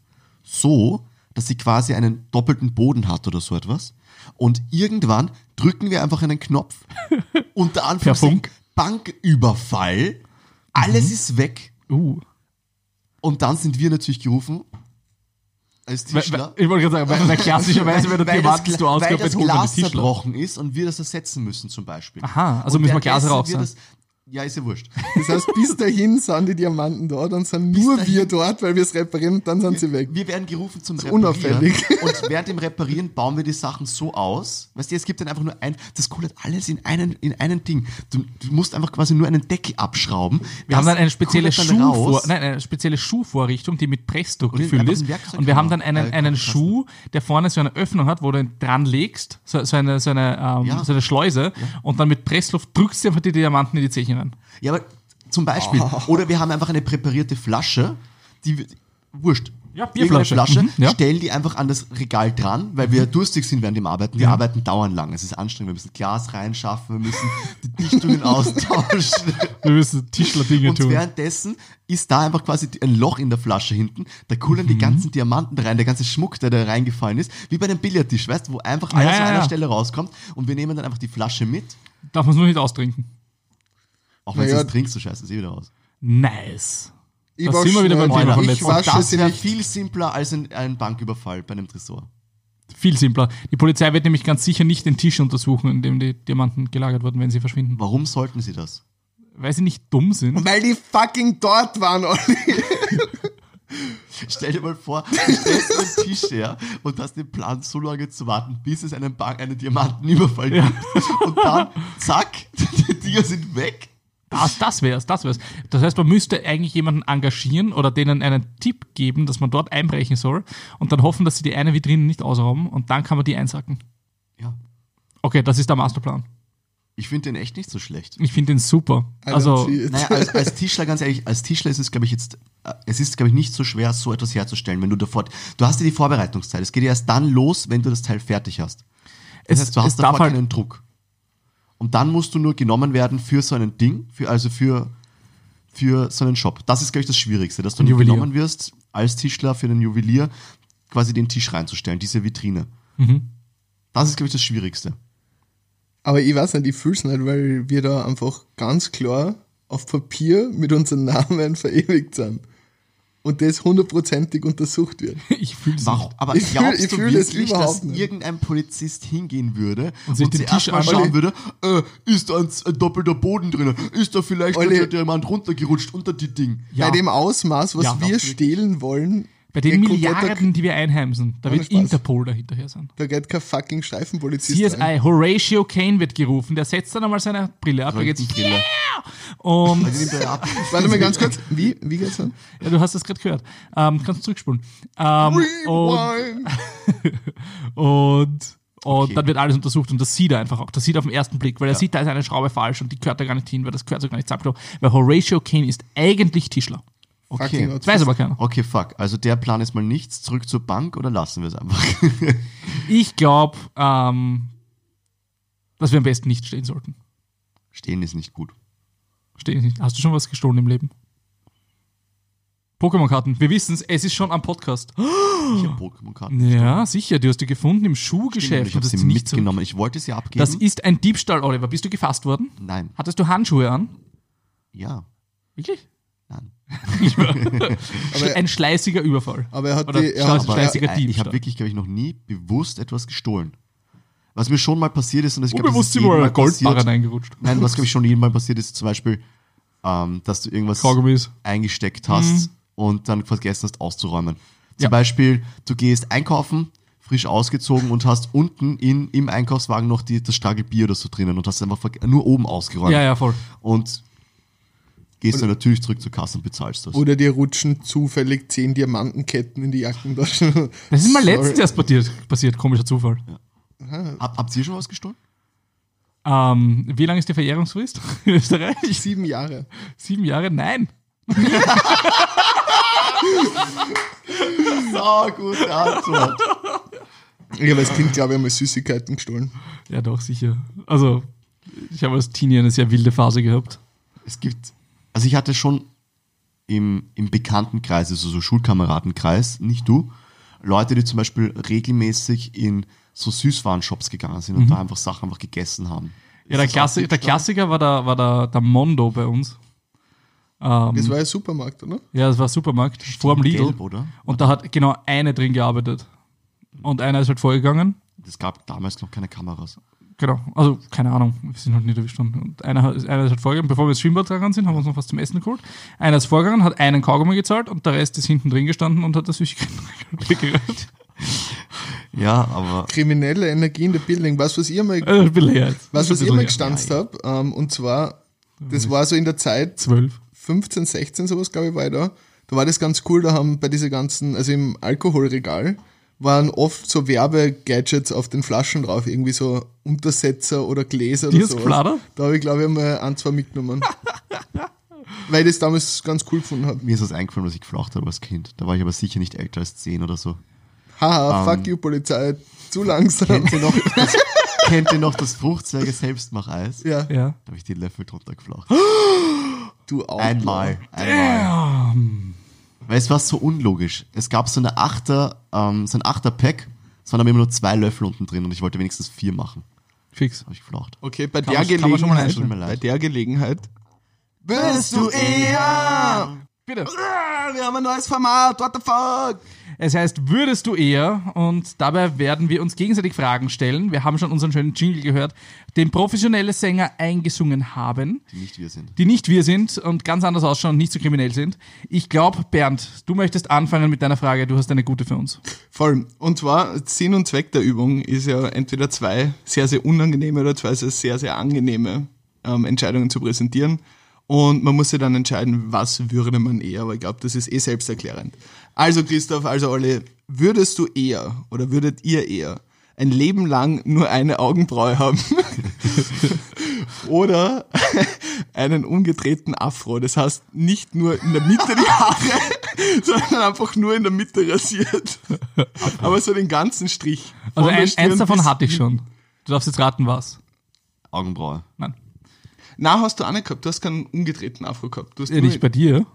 Speaker 4: so, dass sie quasi einen doppelten Boden hat oder so etwas. Und irgendwann drücken wir einfach einen Knopf. Unter Anführungszeichen
Speaker 3: Funk.
Speaker 4: Banküberfall. Alles ist weg.
Speaker 3: Uh.
Speaker 4: Und dann sind wir natürlich gerufen als
Speaker 3: Weil-
Speaker 4: Tischler.
Speaker 3: weil- Ich wollte gerade sagen, weil, weil klassischerweise, wenn der
Speaker 4: Weil das
Speaker 3: Diamanten
Speaker 4: Gla-
Speaker 3: du
Speaker 4: weil
Speaker 3: ausgehört
Speaker 4: das
Speaker 3: wird, holt man
Speaker 4: Glas
Speaker 3: die Tischler.
Speaker 4: zerbrochen ist und wir das ersetzen müssen zum Beispiel.
Speaker 3: Aha, also müssen wir Glas
Speaker 4: währenddessen
Speaker 3: rauchsen.
Speaker 4: wir das- Ja, ist ja wurscht.
Speaker 1: Das heißt, bis dahin sind die Diamanten dort, dann sind nur wir dort, weil wir es reparieren und dann sind sie weg.
Speaker 4: Wir werden gerufen zum Reparieren.
Speaker 1: unauffällig.
Speaker 4: Und während dem Reparieren bauen wir die Sachen so aus. Weißt du, es gibt dann einfach nur ein. Das Coole hat alles in einen, in einen Ding. Du, du musst einfach quasi nur einen Deckel abschrauben.
Speaker 3: Wir haben dann eine spezielle, Schuhvor
Speaker 4: Schuh
Speaker 3: nein, eine spezielle Schuhvorrichtung, die mit Pressdruck
Speaker 4: den
Speaker 3: gefüllt
Speaker 4: einfach
Speaker 3: ist.
Speaker 4: ein Werkzeug
Speaker 3: Und wir haben dann
Speaker 4: machen.
Speaker 3: einen,
Speaker 4: Äh,
Speaker 3: einen
Speaker 4: Kasten.
Speaker 3: Schuh, der vorne so eine Öffnung hat, wo du ihn dran legst, so, so, eine, so, eine, ähm,
Speaker 4: Ja.
Speaker 3: so eine Schleuse, und dann mit Pressluft drückst du einfach die Diamanten in die Zeche hinein.
Speaker 4: Ja, aber zum Beispiel.
Speaker 3: Ah.
Speaker 4: Oder wir haben einfach eine präparierte Flasche, die wir- wurscht.
Speaker 3: Ja,
Speaker 4: Irgendeine
Speaker 3: Bierflasche.
Speaker 4: Flasche,
Speaker 3: Mhm, ja. Mhm.
Speaker 4: stellen die einfach an das Regal dran, weil wir durstig sind während dem Arbeiten. Die Arbeiten dauern lang. Es ist anstrengend. Wir müssen Glas reinschaffen, wir müssen die Dichtungen austauschen.
Speaker 3: Wir müssen Tischler-Dinge
Speaker 4: Und
Speaker 3: tun.
Speaker 4: währenddessen ist da einfach quasi ein Loch in der Flasche hinten. Da kullern
Speaker 3: Mhm.
Speaker 4: die ganzen Diamanten rein, der ganze Schmuck, der da reingefallen ist. Wie bei einem Billardtisch, weißt du, wo einfach alles
Speaker 3: Ja, ja,
Speaker 4: an einer
Speaker 3: ja.
Speaker 4: Stelle rauskommt. Und wir nehmen dann einfach die Flasche mit.
Speaker 3: Darf man es nur nicht austrinken.
Speaker 4: Auch wenn
Speaker 1: Naja.
Speaker 4: du es trinkst, du scheiße, ist eh wieder raus.
Speaker 3: Nice.
Speaker 1: Ich
Speaker 3: Da sind wir wieder beim
Speaker 1: schnell.
Speaker 3: Thema vom
Speaker 1: Ich
Speaker 3: letzten Mal.
Speaker 1: wasche
Speaker 4: Das
Speaker 1: sie
Speaker 4: wäre
Speaker 1: nicht.
Speaker 4: viel simpler als ein, ein Banküberfall bei einem Tresor.
Speaker 3: Viel simpler. Die Polizei wird nämlich ganz sicher nicht den Tisch untersuchen, in dem die Diamanten gelagert wurden, wenn sie verschwinden.
Speaker 4: Warum sollten sie das?
Speaker 3: Weil sie nicht dumm sind.
Speaker 1: Weil die fucking dort waren, Olli.
Speaker 4: Stell dir mal vor, du stellst einen Tisch her und hast den Plan, so lange zu warten, bis es einen, Bank, einen Diamantenüberfall gibt. Und dann, zack, die Dinger sind weg.
Speaker 3: Das, Ah, das wär's, das wär's. Das heißt, man müsste eigentlich jemanden engagieren oder denen einen Tipp geben, dass man dort einbrechen soll und dann hoffen, dass sie die eine Vitrine nicht ausrauben und dann kann man die einsacken.
Speaker 4: Ja,
Speaker 3: Okay, das ist der Masterplan.
Speaker 4: ich finde den echt nicht so schlecht.
Speaker 3: Ich finde den super. Also,
Speaker 1: I don't see it.
Speaker 4: Naja, als, als Tischler, ganz ehrlich, als Tischler ist es, glaube ich, jetzt, äh, es ist, glaube ich, nicht so schwer, so etwas herzustellen, wenn du davor, du hast ja die Vorbereitungszeit. Es geht ja erst dann los, wenn du das Teil fertig hast.
Speaker 3: es,
Speaker 4: Das heißt, du
Speaker 3: es
Speaker 4: hast
Speaker 3: darf
Speaker 4: davor
Speaker 3: halt,
Speaker 4: keinen Druck. Und dann musst du nur genommen werden für so einen Ding, für, also für, für so einen Shop. Das ist, glaube ich, das Schwierigste, dass du nur
Speaker 3: Juwelier.
Speaker 4: genommen wirst, als Tischler für einen Juwelier quasi den Tisch reinzustellen, diese Vitrine.
Speaker 3: Mhm.
Speaker 4: Das ist, glaube ich, das Schwierigste.
Speaker 1: Aber ich weiß nicht, ich fühle es nicht, weil wir da einfach ganz klar auf Papier mit unseren Namen verewigt sind. Und das hundertprozentig untersucht wird.
Speaker 3: ich fühle es.
Speaker 4: Warum? Aber
Speaker 1: Ich fühl-
Speaker 4: glaubst
Speaker 1: ich
Speaker 4: du
Speaker 1: fühl das
Speaker 4: wirklich,
Speaker 1: überhaupt
Speaker 4: dass
Speaker 1: nicht.
Speaker 4: irgendein Polizist hingehen würde
Speaker 3: Und sich den
Speaker 4: zuerst
Speaker 3: Tisch
Speaker 4: mal
Speaker 3: anschaut?
Speaker 4: schauen würde, äh, ist da ein, ein doppelter Boden drin? Ist da vielleicht
Speaker 1: Olli.
Speaker 4: der Diamant runtergerutscht unter die Ding?
Speaker 3: Ja.
Speaker 1: Bei dem Ausmaß, was
Speaker 3: Ja,
Speaker 1: wir
Speaker 3: absolut.
Speaker 1: stehlen wollen,
Speaker 3: Bei den
Speaker 1: geht kompletter-
Speaker 3: Milliarden, die wir einheimsen, da
Speaker 1: Ohne
Speaker 3: wird
Speaker 1: Spaß.
Speaker 3: Interpol dahinterher sein.
Speaker 1: Da geht kein fucking Streifenpolizist rein.
Speaker 3: CSI, Horatio Kane wird gerufen, der setzt dann einmal seine Brille ab, da geht's
Speaker 4: Brille.
Speaker 3: und
Speaker 1: Warte mal ganz kurz. Wie, wie geht's dann?
Speaker 3: Ja, du hast das gerade gehört. Ähm, kannst zurückspulen. Ähm, und
Speaker 1: Rewind.
Speaker 3: und, und
Speaker 4: Okay.
Speaker 3: dann wird alles untersucht und das sieht er einfach auch. Das sieht er auf den ersten Blick, weil er sieht, da ist eine Schraube falsch und die gehört da gar nicht hin, weil das gehört so gar nicht zusammen. Weil Horatio Kane ist eigentlich Tischler.
Speaker 1: Fucking
Speaker 4: Okay.
Speaker 1: Autist.
Speaker 3: Das weiß aber keiner.
Speaker 4: Okay, fuck. Also der Plan ist mal nichts. Zurück zur Bank oder lassen wir es einfach?
Speaker 3: Ich glaube, ähm, dass wir am besten nicht stehen sollten.
Speaker 4: Stehen ist nicht gut.
Speaker 3: Verstehe ich nicht. Hast du schon was gestohlen im Leben? Pokémon-Karten. Wir wissen es, es ist schon am Podcast.
Speaker 4: Ich habe Pokémon-Karten.
Speaker 3: Ja, sicher. Du hast die gefunden im Schuhgeschäft.
Speaker 4: Ich habe
Speaker 3: und hast
Speaker 4: sie
Speaker 3: sie nicht zurück-
Speaker 4: mitgenommen. Ich wollte sie abgeben.
Speaker 3: Das ist ein Diebstahl, Oliver. Bist du gefasst worden?
Speaker 4: Nein.
Speaker 3: Hattest du Handschuhe an?
Speaker 4: Ja.
Speaker 3: Wirklich?
Speaker 4: Nein.
Speaker 1: Aber-
Speaker 3: ein schleißiger Überfall.
Speaker 1: Aber er hat
Speaker 3: Oder
Speaker 1: die- er
Speaker 3: schleiß-
Speaker 1: hat-
Speaker 4: Aber
Speaker 3: schleißiger
Speaker 4: äh, ich
Speaker 3: Diebstahl.
Speaker 4: habe wirklich, glaube ich, noch nie bewusst etwas gestohlen. Was mir schon mal passiert ist, und ich glaube, das
Speaker 3: Unbewusst
Speaker 4: ist
Speaker 3: sind wir
Speaker 4: jedem
Speaker 3: in
Speaker 4: mal
Speaker 3: eine Goldbarren
Speaker 4: passiert.
Speaker 3: eingerutscht.
Speaker 4: Nein, was, glaube ich, schon jedem mal passiert ist, zum Beispiel, ähm, dass du irgendwas
Speaker 3: Kaugummis.
Speaker 4: eingesteckt hast und dann vergessen hast auszuräumen. Zum
Speaker 3: Mhm. Ja.
Speaker 4: Beispiel, du gehst einkaufen, frisch ausgezogen und hast unten in, im Einkaufswagen noch die, das Stragel Bier oder so drinnen und hast einfach verge- nur oben ausgeräumt.
Speaker 3: Ja, ja, voll.
Speaker 4: Und gehst dann natürlich zurück zur Kasse und bezahlst das.
Speaker 1: Oder dir rutschen zufällig zehn Diamantenketten in die Jackentasche.
Speaker 3: Das ist mal
Speaker 1: Sorry.
Speaker 3: letztens erst passiert, passiert, komischer Zufall.
Speaker 4: Hab, habt ihr schon was gestohlen?
Speaker 3: Ähm, wie lange ist die Verjährungsfrist in Österreich?
Speaker 1: Sieben Jahre.
Speaker 3: Sieben Jahre? Nein.
Speaker 4: So, gute Antwort.
Speaker 1: Ich habe als Kind, glaube ich, einmal Süßigkeiten gestohlen.
Speaker 3: Ja, doch, sicher. Also, ich habe als Teenie eine sehr wilde Phase gehabt.
Speaker 4: Es gibt, also ich hatte schon im, im Bekanntenkreis, also so Schulkameradenkreis, nicht du, Leute, die zum Beispiel regelmäßig in so Süßwarenshops gegangen sind und da einfach Sachen einfach gegessen haben.
Speaker 3: Mhm. Ja, der,
Speaker 4: Ist das auch
Speaker 3: Klassi der
Speaker 4: Diebstahl?
Speaker 3: Klassiker war der, war der, der Mondo bei uns.
Speaker 1: Das war ja Supermarkt, oder?
Speaker 3: Ja, das war Supermarkt, vor dem Lidl.
Speaker 4: gelb, oder?
Speaker 3: Und da hat genau eine drin gearbeitet. Und einer ist halt vorgegangen.
Speaker 4: Es gab damals noch keine Kameras.
Speaker 3: Genau, also keine Ahnung, wir sind halt nicht erwischt worden. Und einer, hat- einer ist halt vorgegangen, bevor wir ins Schwimmbad gegangen sind, haben wir uns noch was zum Essen geholt. Einer ist vorgegangen, hat einen Kaugummi gezahlt und der Rest ist hinten drin gestanden und hat das Süßigkeiten weggeräumt.
Speaker 4: Ja, aber
Speaker 1: Kriminelle Energie in der Building. Was, was ihr mal,
Speaker 3: Also ich bin leer jetzt.
Speaker 1: was, was
Speaker 3: Ist ein
Speaker 1: ihr mal
Speaker 3: bisschen
Speaker 1: gestanzt habt, ähm, und zwar, das war so in der Zeit
Speaker 3: leer. Zwölf.
Speaker 1: 15, 16, sowas glaube ich, war ich da. Da war das ganz cool, da haben bei diese ganzen, also im Alkoholregal, waren oft so Werbegadgets auf den Flaschen drauf, irgendwie so Untersetzer oder Gläser
Speaker 3: Die
Speaker 1: oder
Speaker 3: hast
Speaker 1: sowas.
Speaker 3: geflattert?
Speaker 1: Da habe ich glaube ich mal ein, zwei mitgenommen. Weil ich das damals ganz cool gefunden habe.
Speaker 4: mir ist was eingefallen, was ich geflacht habe als Kind. Da war ich aber sicher nicht älter als 10 oder so.
Speaker 3: Ähm.
Speaker 1: Haha, fuck you Polizei, zu langsam.
Speaker 4: Kennt ihr noch das, kennt ihr noch das Fruchtzwerge Selbstmacheis?
Speaker 1: Ja,
Speaker 3: Ja.
Speaker 4: Da habe ich den Löffel drunter geflacht.
Speaker 1: du auch.
Speaker 4: Einmal. Einmal. Weil es war so unlogisch. Es gab so, eine Achter, ähm, so ein Achter-Pack, es waren aber immer nur zwei Löffel unten drin und ich wollte wenigstens vier machen.
Speaker 3: Fix.
Speaker 4: Habe ich geflacht.
Speaker 1: Okay, bei
Speaker 3: Kann
Speaker 1: der
Speaker 3: man- kann man schon mal
Speaker 1: Gelegenheit,
Speaker 4: einstellen. Tut mir
Speaker 1: bei
Speaker 4: leid.
Speaker 1: der Gelegenheit
Speaker 4: Bist du eher?
Speaker 3: Bitte.
Speaker 1: wir haben ein neues Format, what the fuck?
Speaker 3: Es heißt, würdest du eher? Und dabei werden wir uns gegenseitig Fragen stellen. Wir haben schon unseren schönen Jingle gehört, den professionelle Sänger eingesungen haben.
Speaker 4: Die nicht wir sind.
Speaker 3: die nicht wir sind und ganz anders ausschauen und nicht so kriminell sind. Ich glaube, Bernd, du möchtest anfangen mit deiner Frage. Du hast eine gute für uns.
Speaker 1: Voll. Und zwar Sinn und Zweck der Übung ist ja entweder zwei sehr, sehr unangenehme oder zwei sehr, sehr, sehr angenehme ähm, Entscheidungen zu präsentieren. Und man muss sich dann entscheiden, was würde man eher. Aber ich glaube, das ist eh selbsterklärend. Also Christoph, also Olli, würdest du eher oder würdet ihr eher ein Leben lang nur eine Augenbraue haben oder einen umgedrehten Afro. Das heißt, nicht nur in der Mitte die Haare, sondern einfach nur in der Mitte rasiert. Aber so den ganzen Strich.
Speaker 3: Also
Speaker 1: Von der
Speaker 3: ein,
Speaker 1: Stirn
Speaker 3: eins davon
Speaker 1: bis-
Speaker 3: hatte ich schon. Du darfst jetzt raten, was.
Speaker 4: Augenbraue.
Speaker 3: Nein,
Speaker 1: Na, hast du auch nicht gehabt. Du hast keinen umgedrehten Afro gehabt. Du hast,
Speaker 3: äh,
Speaker 1: nur-
Speaker 3: nicht bei dir.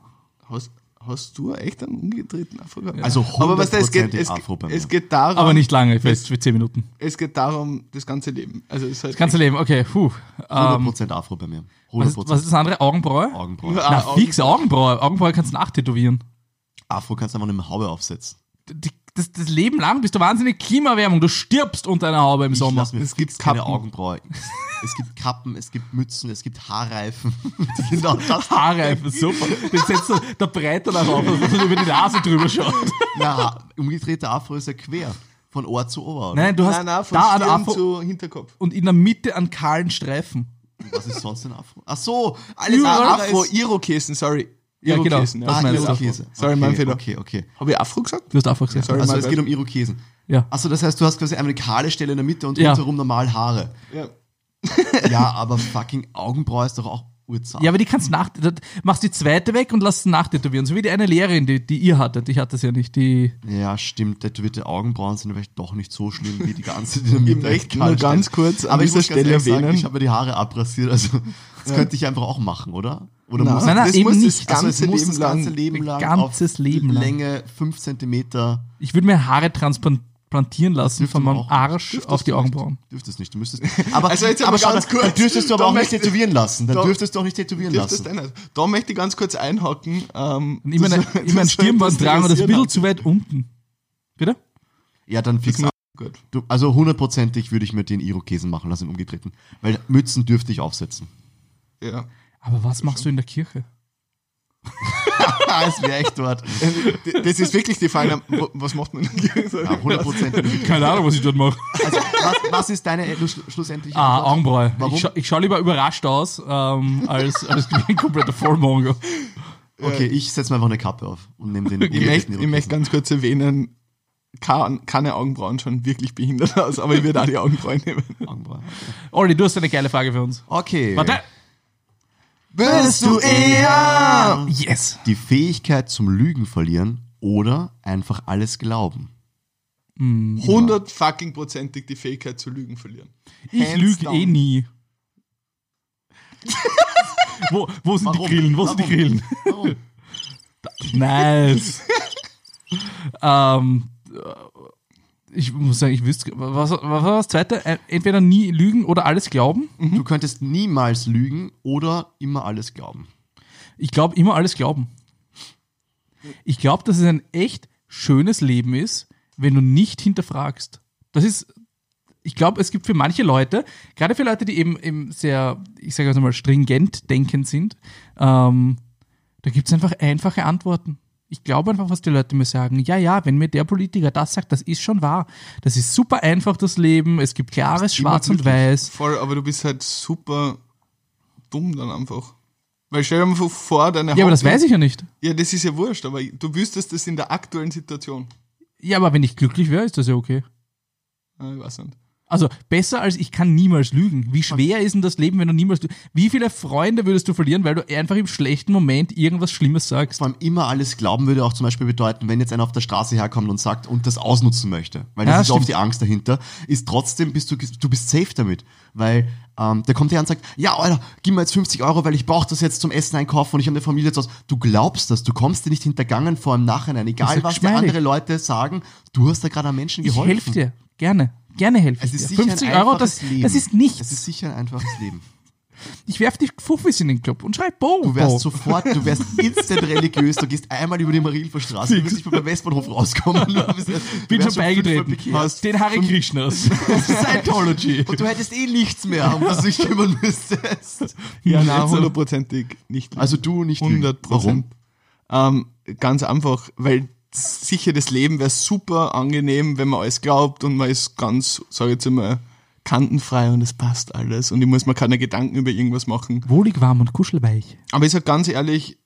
Speaker 1: hast, hast du echt einen umgedrehten Afro gehabt?
Speaker 4: Also
Speaker 1: aber was da, es geht,
Speaker 4: 100%
Speaker 1: es,
Speaker 4: Afro bei mir.
Speaker 1: es geht darum,
Speaker 3: Aber nicht lange, vielleicht für zehn Minuten.
Speaker 1: es geht darum, das ganze Leben. Also es ist halt
Speaker 3: Das ganze Leben, okay, puh. Ähm,
Speaker 4: 100% Afro bei mir. 100%
Speaker 3: was, ist, was ist das andere? Augenbraue?
Speaker 4: Augenbraue.
Speaker 1: Ah,
Speaker 3: Na,
Speaker 1: Augen-
Speaker 3: fix Augenbraue. Augenbraue kannst du nachtätowieren.
Speaker 4: Afro kannst du einfach eine Haube aufsetzen.
Speaker 3: Die- Das, das Leben lang bist du wahnsinnig Klimaerwärmung. Du stirbst unter einer Haube im
Speaker 4: Ich
Speaker 3: Sommer.
Speaker 4: lass mir
Speaker 1: Es
Speaker 4: fix
Speaker 1: gibt
Speaker 4: keine
Speaker 1: Kappen.
Speaker 4: Augenbraue. Es gibt Kappen, es gibt Mützen, es gibt Haarreifen. genau das.
Speaker 3: Haarreifen, super. Den setzt du der Breite nach auf, dass du über die Nase drüber schaut.
Speaker 4: Na, umgedrehte Afro ist ja quer. Von Ohr zu Ohr. Oder?
Speaker 3: Nein, du hast
Speaker 1: nein, nein, von
Speaker 3: da einen
Speaker 1: Stirn
Speaker 3: Afro
Speaker 1: zu Hinterkopf.
Speaker 3: und in der Mitte einen kahlen Streifen.
Speaker 4: Was ist sonst ein Afro? Ach so, alles
Speaker 1: Ah,
Speaker 4: andere
Speaker 1: Afro,
Speaker 4: ist... Ah,
Speaker 1: Irokesen, sorry.
Speaker 3: Ja, genau.
Speaker 1: Irokesen,
Speaker 3: Das meinst du.
Speaker 1: Irokesen. Sorry, mein
Speaker 4: okay,
Speaker 1: Fehler.
Speaker 4: Okay, okay.
Speaker 1: Habe ich Afro gesagt?
Speaker 3: Du hast einfach gesagt.
Speaker 1: sorry.
Speaker 4: Also
Speaker 1: my
Speaker 4: es
Speaker 1: bad.
Speaker 4: geht um Irokesen.
Speaker 3: Ja.
Speaker 4: Achso, das heißt, du hast quasi einmal eine kahle Stelle in der Mitte und
Speaker 3: Ja.
Speaker 4: rundherum normal Haare.
Speaker 1: Ja.
Speaker 4: Ja, aber fucking Augenbraue ist doch auch Urzahl.
Speaker 3: Ja, aber die kannst nach, da- machst die zweite weg und lass sie nachtätowieren. So wie die eine Lehrerin, die, die ihr hattet. Ich hatte es ja nicht. Die,
Speaker 4: Ja, stimmt. Tätowierte Augenbrauen sind vielleicht doch nicht so schlimm wie die ganze Dynamit.
Speaker 1: Ich möchte nur ganz kurz an
Speaker 4: Aber ich
Speaker 1: dieser
Speaker 4: muss ganz
Speaker 1: Stelle
Speaker 4: ehrlich sagen,
Speaker 1: erwähnen.
Speaker 4: ich habe mir die Haare abrasiert, also das könnte ich einfach auch machen, oder? Oder muss
Speaker 3: Nein, nein,
Speaker 1: das
Speaker 3: eben
Speaker 1: muss
Speaker 3: nicht.
Speaker 1: das
Speaker 4: also es
Speaker 1: ganze
Speaker 4: muss
Speaker 1: Leben
Speaker 4: das
Speaker 1: lang.
Speaker 4: ganze Leben lang
Speaker 3: ganzes
Speaker 4: auf
Speaker 3: Leben lang.
Speaker 4: Länge 5 cm
Speaker 3: ich würde mir Haare transplantieren lassen von meinem Arsch auf die Augenbrauen.
Speaker 4: Dürftest nicht, du müsstest. Aber,
Speaker 1: Also jetzt aber
Speaker 4: schau,
Speaker 1: ganz
Speaker 4: dann-
Speaker 1: kurz.
Speaker 4: dann dürftest du aber
Speaker 1: Da
Speaker 4: auch nicht
Speaker 1: möchte-
Speaker 4: tätowieren lassen. Dann
Speaker 1: da-
Speaker 4: dürftest du auch nicht tätowieren
Speaker 1: Dürftest
Speaker 4: lassen.
Speaker 1: du eh nicht. Da möchte ich ganz kurz einhaken. Ähm,
Speaker 3: Und immer,
Speaker 1: das-
Speaker 3: eine,
Speaker 1: das-
Speaker 3: immer ein Stirnband tragen und das ein bisschen
Speaker 1: interessiert
Speaker 3: zu weit unten. Bitte?
Speaker 4: Ja, dann fix
Speaker 1: mich.
Speaker 4: ab.
Speaker 1: Gut.
Speaker 4: Du, also hundertprozentig würde ich mir den Irokesen machen lassen, umgetreten. Weil Mützen dürfte ich aufsetzen.
Speaker 1: Ja.
Speaker 3: Aber was machst du in der Kirche?
Speaker 4: Ah, es wäre echt dort.
Speaker 1: D- Das ist wirklich die Frage, wo- was macht man?
Speaker 4: Ja, hundertprozentig.
Speaker 3: Keine Ahnung, was ich dort mache.
Speaker 4: Also, was, was ist deine äh, du, schlu- schlussendliche
Speaker 3: Ah,
Speaker 4: Antwort?
Speaker 3: Augenbraue.
Speaker 4: Warum?
Speaker 3: Ich, scha ich schaue lieber überrascht aus, ähm, als, als wie ein kompletter Vollmongo.
Speaker 4: Okay, ich setze mir einfach eine Kappe auf und nehme den
Speaker 1: Ich möchte,
Speaker 4: umgedrehten
Speaker 1: ich möchte ganz kurz erwähnen, kann, keine Augenbrauen schon wirklich behindert aus, aber ich würde auch die Augenbrauen nehmen.
Speaker 4: Augenbraue.
Speaker 3: Olli, du hast eine geile Frage für uns.
Speaker 4: Okay.
Speaker 3: Warte!
Speaker 4: Bist du eher
Speaker 3: Yes!
Speaker 4: die Fähigkeit zum Lügen verlieren oder einfach alles glauben?
Speaker 1: 100 eh fucking prozentig die Fähigkeit zu lügen verlieren.
Speaker 3: Ich
Speaker 1: Hands
Speaker 3: lüge
Speaker 1: down.
Speaker 3: eh nie. wo, wo sind
Speaker 4: Warum?
Speaker 3: die Grillen? Wo sind die
Speaker 4: Warum?
Speaker 3: Grillen?
Speaker 4: Warum?
Speaker 3: Nice. ähm, äh, ich muss sagen, ich wüsste, was, was war das zweite? Äh, Entweder nie lügen oder alles glauben.
Speaker 4: Du könntest niemals lügen oder immer alles glauben.
Speaker 3: Ich glaube immer alles glauben. Ich glaube, dass es ein echt schönes Leben ist, wenn du nicht hinterfragst. Das ist, ich glaube, es gibt für manche Leute, gerade für Leute, die eben, eben sehr, ich sage jetzt mal, stringent denkend sind, ähm, da gibt es einfach einfache Antworten. Ich glaube einfach, was die Leute mir sagen. Ja, ja, wenn mir der Politiker das sagt, das ist schon wahr. Das ist super einfach, das Leben. Es gibt klares
Speaker 4: immer
Speaker 3: Schwarz und
Speaker 4: glücklich.
Speaker 3: Weiß.
Speaker 1: Voll, aber du bist halt super dumm dann einfach. Weil stell dir mal vor, deine
Speaker 3: Ja, aber das weiß ich ja nicht.
Speaker 1: Ja, das ist ja wurscht, aber du wüsstest das in der aktuellen Situation.
Speaker 3: Ja, aber wenn ich glücklich wäre, ist das ja okay.
Speaker 1: Ah, Ich weiß nicht.
Speaker 3: Also besser als ich kann niemals lügen. Wie schwer ist denn das Leben, wenn du niemals lügst? Wie viele Freunde würdest du verlieren, weil du einfach im schlechten Moment irgendwas Schlimmes sagst?
Speaker 4: Vor allem immer alles glauben würde auch zum Beispiel bedeuten, wenn jetzt einer auf der Straße herkommt und sagt und das ausnutzen möchte, weil das
Speaker 3: Ja,
Speaker 4: ist oft
Speaker 3: stimmt.
Speaker 4: die Angst dahinter, ist trotzdem bist du du bist safe damit, weil ähm, der kommt her und sagt, ja Alter, gib mir jetzt 50 Euro, weil ich brauche das jetzt zum Essen einkaufen und ich habe eine Familie zu Hause. Du glaubst das, du kommst dir nicht hintergangen vor im Nachhinein, egal
Speaker 3: ist
Speaker 4: was dir
Speaker 3: geschmeidig.
Speaker 4: andere Leute sagen, du hast da gerade einem Menschen
Speaker 3: Ich
Speaker 4: geholfen.
Speaker 3: helfe dir. Gerne. Gerne helfe ich
Speaker 4: Es ist
Speaker 3: dir.
Speaker 4: sicher
Speaker 3: 50
Speaker 4: ein
Speaker 3: Euro,
Speaker 4: einfaches
Speaker 3: das,
Speaker 4: Leben.
Speaker 3: das ist nichts.
Speaker 4: Es ist sicher ein einfaches Leben.
Speaker 3: ich werf die Fuffis in den Club und schreib Bo.
Speaker 4: Du wärst
Speaker 3: Bo.
Speaker 4: sofort, du wärst instant religiös, du gehst einmal über die Marienhilferstraße, du wirst nicht mal beim Westbahnhof rauskommen. Du bist, du
Speaker 3: Bin
Speaker 4: wärst
Speaker 3: schon beigetreten.
Speaker 4: fünfmal bekehrt.
Speaker 3: Den Hare Krishnas. Scientology.
Speaker 4: Und du hättest eh nichts mehr, um das du dich kümmern müsstest.
Speaker 1: Ja,
Speaker 3: nein,
Speaker 1: nein,
Speaker 3: so-
Speaker 1: hundertprozentig nicht. lügen.
Speaker 4: Also du nicht lügen.
Speaker 1: 100
Speaker 4: Warum?
Speaker 1: Prozent. Ähm, ganz einfach, weil sicher das Leben wäre super angenehm, wenn man alles glaubt und man ist ganz, sage ich jetzt immer, kantenfrei und es passt alles und ich muss mir keine Gedanken über irgendwas machen.
Speaker 3: Wohlig, warm und kuschelweich.
Speaker 1: Aber ich sag ganz ehrlich,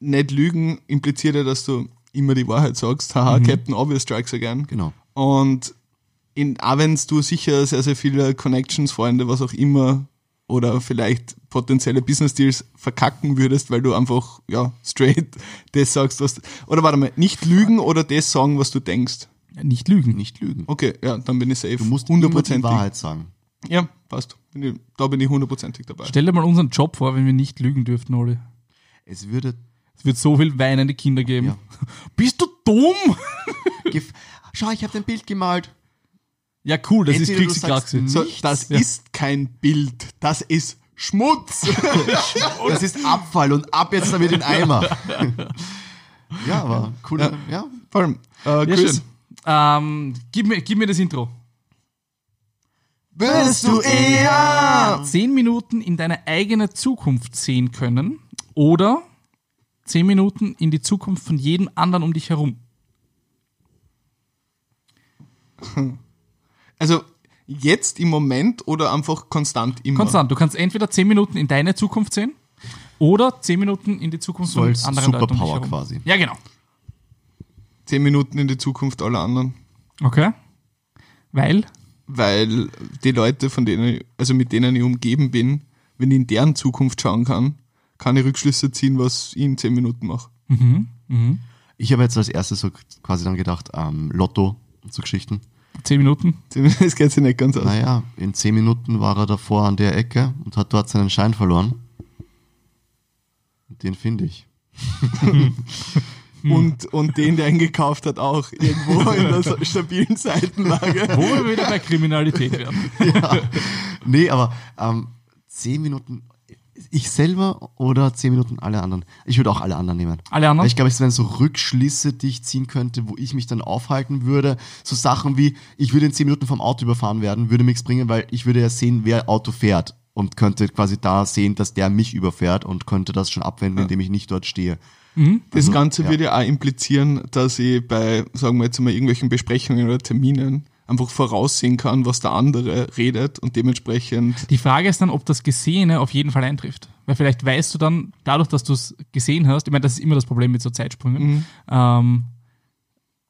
Speaker 1: nicht lügen impliziert ja, dass du immer die Wahrheit sagst. Haha, Captain Obvious Strikes again.
Speaker 4: Mhm. Genau.
Speaker 1: Und in, auch wenn du sicher sehr, sehr viele Connections, Freunde, was auch immer, oder vielleicht potenzielle Business Deals verkacken würdest, weil du einfach, ja, straight das sagst, was, oder warte mal, nicht lügen oder das sagen, was du denkst.
Speaker 3: Nicht lügen. Oh,
Speaker 4: Nicht lügen.
Speaker 1: Okay, ja, dann bin ich safe.
Speaker 4: Du musst immer die Wahrheit sagen.
Speaker 1: Ja, passt. Bin ich, da bin ich hundertprozentig dabei.
Speaker 3: Stell dir mal unseren Job vor, wenn wir nicht lügen dürften, Olli.
Speaker 4: Es würde
Speaker 3: Es wird so viel weinende Kinder geben.
Speaker 4: Ja.
Speaker 3: Bist du dumm?
Speaker 4: gef Schau, ich habe ein Bild gemalt.
Speaker 3: Ja, cool, das ist
Speaker 4: Entweder du
Speaker 3: Kriegskraxe.
Speaker 4: sagst
Speaker 1: So,
Speaker 4: nichts.
Speaker 1: das
Speaker 3: Ja.
Speaker 1: ist kein Bild, das ist Schmutz.
Speaker 4: Das ist Abfall und ab jetzt damit in den Eimer. Ja, aber cool. Ja.
Speaker 1: Vor allem, äh,
Speaker 3: Ja,
Speaker 1: Chris,
Speaker 3: schön. Ähm, gib, mir, gib mir das Intro.
Speaker 4: Bist du eher?
Speaker 3: Zehn Minuten in deine eigene Zukunft sehen können oder zehn Minuten in die Zukunft von jedem anderen um dich herum.
Speaker 1: also jetzt im Moment oder einfach konstant immer?
Speaker 3: Konstant, du kannst entweder zehn Minuten in deine Zukunft sehen oder zehn Minuten in die Zukunft
Speaker 4: So
Speaker 3: von
Speaker 4: als
Speaker 3: anderen Leuten um dich
Speaker 4: Superpower
Speaker 3: herum.
Speaker 4: quasi.
Speaker 3: Ja, genau.
Speaker 1: Zehn Minuten in die Zukunft aller anderen.
Speaker 3: Okay. Weil?
Speaker 1: weil die Leute, von denen, ich- also mit denen ich umgeben bin, wenn ich in deren Zukunft schauen kann, kann ich Rückschlüsse ziehen, was ich in zehn Minuten mache.
Speaker 4: Ich habe jetzt als erstes so quasi dann gedacht, ähm, Lotto und so Geschichten.
Speaker 3: Zehn Minuten.
Speaker 1: Das geht sich nicht ganz aus.
Speaker 4: Naja, in zehn Minuten war er davor an der Ecke und hat dort seinen Schein verloren. Und Den finde ich.
Speaker 1: Und, und den, der ihn gekauft hat, auch irgendwo in der so- stabilen Seitenlage.
Speaker 3: Wo wir wieder bei Kriminalität werden.
Speaker 4: Nee, aber ähm, zehn Minuten ich selber oder zehn Minuten alle anderen? Ich würde auch alle anderen nehmen.
Speaker 3: Alle anderen?
Speaker 4: Weil Ich glaube, es wären so Rückschlüsse, die ich ziehen könnte, wo ich mich dann aufhalten würde. So Sachen wie, ich würde in zehn Minuten vom Auto überfahren werden, würde mir nichts bringen, weil ich würde ja sehen, wer Auto fährt und könnte quasi da sehen, dass der mich überfährt und könnte das schon abwenden, indem ich nicht dort stehe.
Speaker 1: Das Ganze
Speaker 4: ja.
Speaker 1: würde Mhm. ja auch implizieren, dass ich bei, sagen wir jetzt mal, irgendwelchen Besprechungen oder Terminen einfach voraussehen kann, was der andere redet und dementsprechend
Speaker 3: Die Frage ist dann, ob das Gesehene auf jeden Fall eintrifft. Weil vielleicht weißt du dann, dadurch, dass du es gesehen hast, ich meine, das ist immer das Problem mit so Zeitsprüngen,
Speaker 1: Mhm.
Speaker 3: ähm,